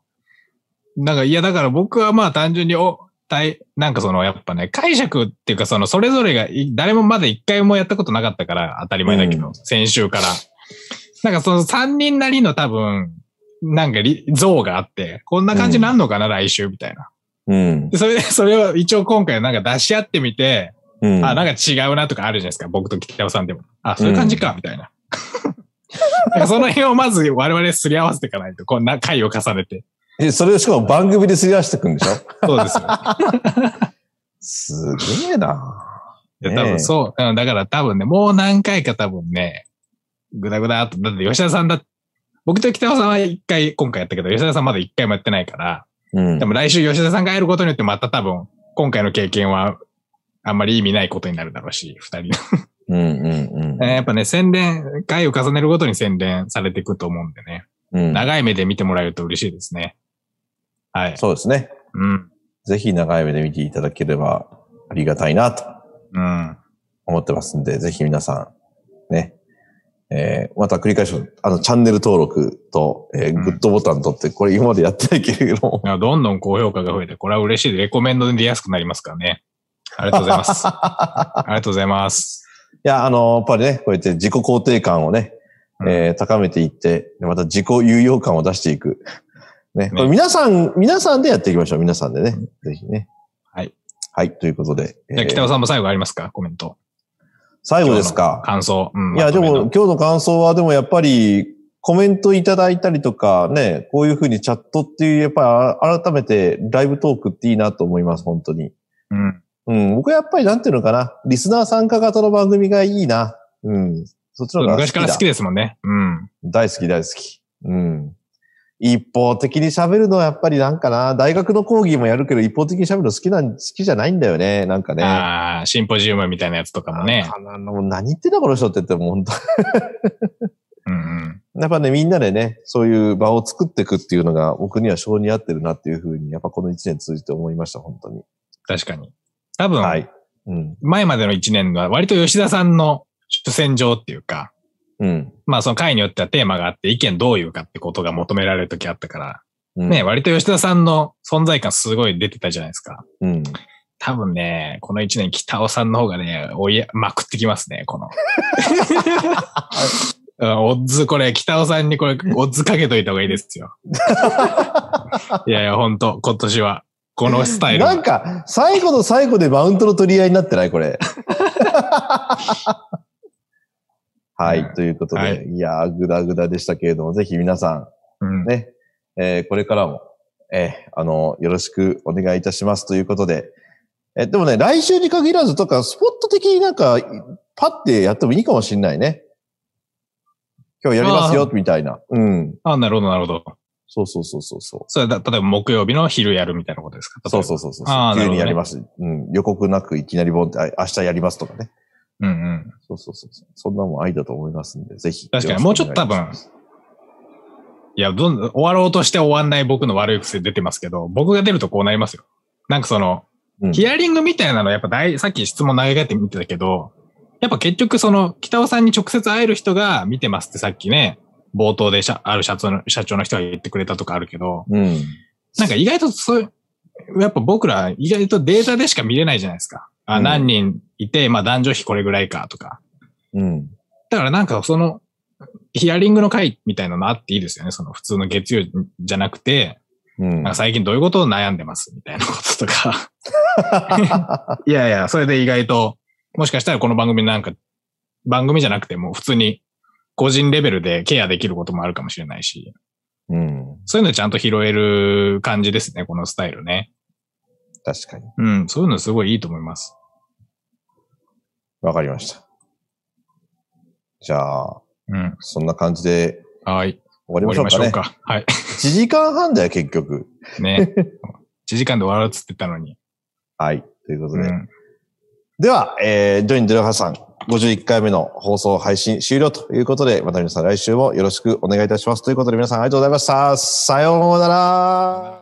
なんか、いや、だから僕はまあ単純に、お、たい、なんかその、やっぱね、解釈っていうか、その、それぞれがい、誰もまだ一回もやったことなかったから、当たり前だけど、うん先週から。なんかその三人なりの多分、なんかり、像があって、こんな感じなんのかな、来週みたいな。 *laughs* うんで。それ、 *laughs* それを一応今回なんか出し合ってみて、うん。あ、なんか違うなとかあるじゃないですか。僕と北尾さんでも。あ、そういう感じか、みたいな。 *laughs* なんかその辺をまず我々すり合わせていかないと、こんな回を重ねて。えそれをしかも番組ですり合わせてくんでしょそ *laughs* うですよ。すげえな。いや多ねえ分そう。うんだから多分ね、もう何回か多分ね、ぐだぐだっと。だって吉田さんだ僕と北尾さんは一回今回やったけど、吉田さんまだ一回もやってないから、うんで。も来週吉田さんが会えることによってまた多分、今回の経験はあんまり意味ないことになるだろうし、二人うんうんの。やっぱね、宣伝、回を重ねるごとに宣伝されていくと思うんでね。うん。うん。長い目で見てもらえると嬉しいですね。はい。そうですね。うん。ぜひ長い目で見ていただければありがたいなとうん。思ってますんで、ぜひ皆さん、ね、えーまた繰り返し、あの、チャンネル登録と、えーうんグッドボタン取って、これ今までやってないけれども、 *laughs* いやどんどん高評価が増えて、これは嬉しいで、レコメンドで出やすくなりますからね。ありがとうござ *laughs* います。ありがとうございます。いや、あの、やっぱりね、こうやって自己肯定感をね、うんえー高めていって、でまた自己有用感を出していく。ね、これ皆さん、皆さんでやっていきましょう。皆さんでね。ぜひね。はい。はい、ということで。えじゃあー北尾さんも最後ありますかコメント。最後ですか。感想。うん。いや、までとめもの今日の感想はでもやっぱりコメントいただいたりとかね、こういうふうにチャットっていう、やっぱりあ改めてライブトークっていいなと思います、本当に。うん。うん、僕はやっぱりなんていうのかな、リスナー参加型の番組がいいな。うん、そっちの方が好昔きだ。から好きですもんね。うん。大好き大好き。うん。一方的に喋るのはやっぱりなんかな、大学の講義もやるけど一方的に喋るの好きなん、好きじゃないんだよね、なんかね。ああ、シンポジウムみたいなやつとかもね。あのもう何言ってんだこの人って言ってもう本当うんうん。やっぱね、みんなでね、そういう場を作っていくっていうのが、僕には性に合ってるなっていうふうに、やっぱこの一年通じて思いました、本当に。確かに。多分、はい。うん。前までの1年は割と吉田さんの主戦場っていうか、うん。まあその回によってはテーマがあって意見どういうかってことが求められる時あったから、うんね、。割と吉田さんの存在感すごい出てたじゃないですか。うん。多分ね、この一年北尾さんの方がね、追いまくってきますね、この。 *laughs* うんオッズこれ、北尾さんにこれ、オッズかけといた方がいいで *laughs* すよ。いやいや、ほんと、今年は、このスタイルは。なんか、最後の最後でマウントの取り合いになってないこ *laughs* れ。はうい。んということで、、はいやー、ぐだぐだでしたけれども、ぜひ皆さうんん、ね、えーこれからも、えーあの、よろしくお願いいたしますということで、えーでもね、来週に限らず、とか、スポット的になんか、パッてやってもいいかもしんないね。今日やりますあよ、みたいな。うん。あ、なるほど、なるほど。そうそうそうそうそそれだ、例えば木曜日の昼やるみたいなことですか。う。そうそううそうそう。あー急なるほどねにやります、うん。予告なくいきなりボンって、あ明日やりますとかね。うんうん。そうそうそうそう。そんなもん愛だと思いますんで、ぜひ。確かによろしくお願いしますいや、どんどん終わろうとして終わんない僕の悪い癖出てますけど、僕が出るとこうなりますよ。なんかその、うんヒアリングみたいなのやっぱ大、さっき質問投げかけてみてたけど、やっぱ結局その、北尾さんに直接会える人が見てますってさっきね、冒頭で社ある社長の社長の人が言ってくれたとかあるけど、うん。なんか意外とそういう、やっぱ僕ら意外とデータでしか見れないじゃないですか。あ、うん何人いて、まあ男女比これぐらいかとか。うん。だからなんかその、ヒアリングの会みたいなのあっていいですよね。その普通の月曜じゃなくて、うんなんか最近どういうことを悩んでますみたいなこととか。いやいや、それで意外と、もしかしたらこの番組なんか、番組じゃなくても普通に個人レベルでケアできることもあるかもしれないし、うん。そういうのちゃんと拾える感じですね、このスタイルね。確かに。うん、そういうのすごいいいと思います。わかりました。じゃあ、うん。そんな感じではい。終わり終わましりょうましかょうね。か。はい。 1時間半だよ、結局。ね。1時間で終わるっつってたのに。はい。ということうで。ん。では、えー、ジョイン・デルハさん、51回目の放送配信終了ということで、また皆さん来週もよろしくお願いいたします。ということで皆さんありがとうございました。さようなら。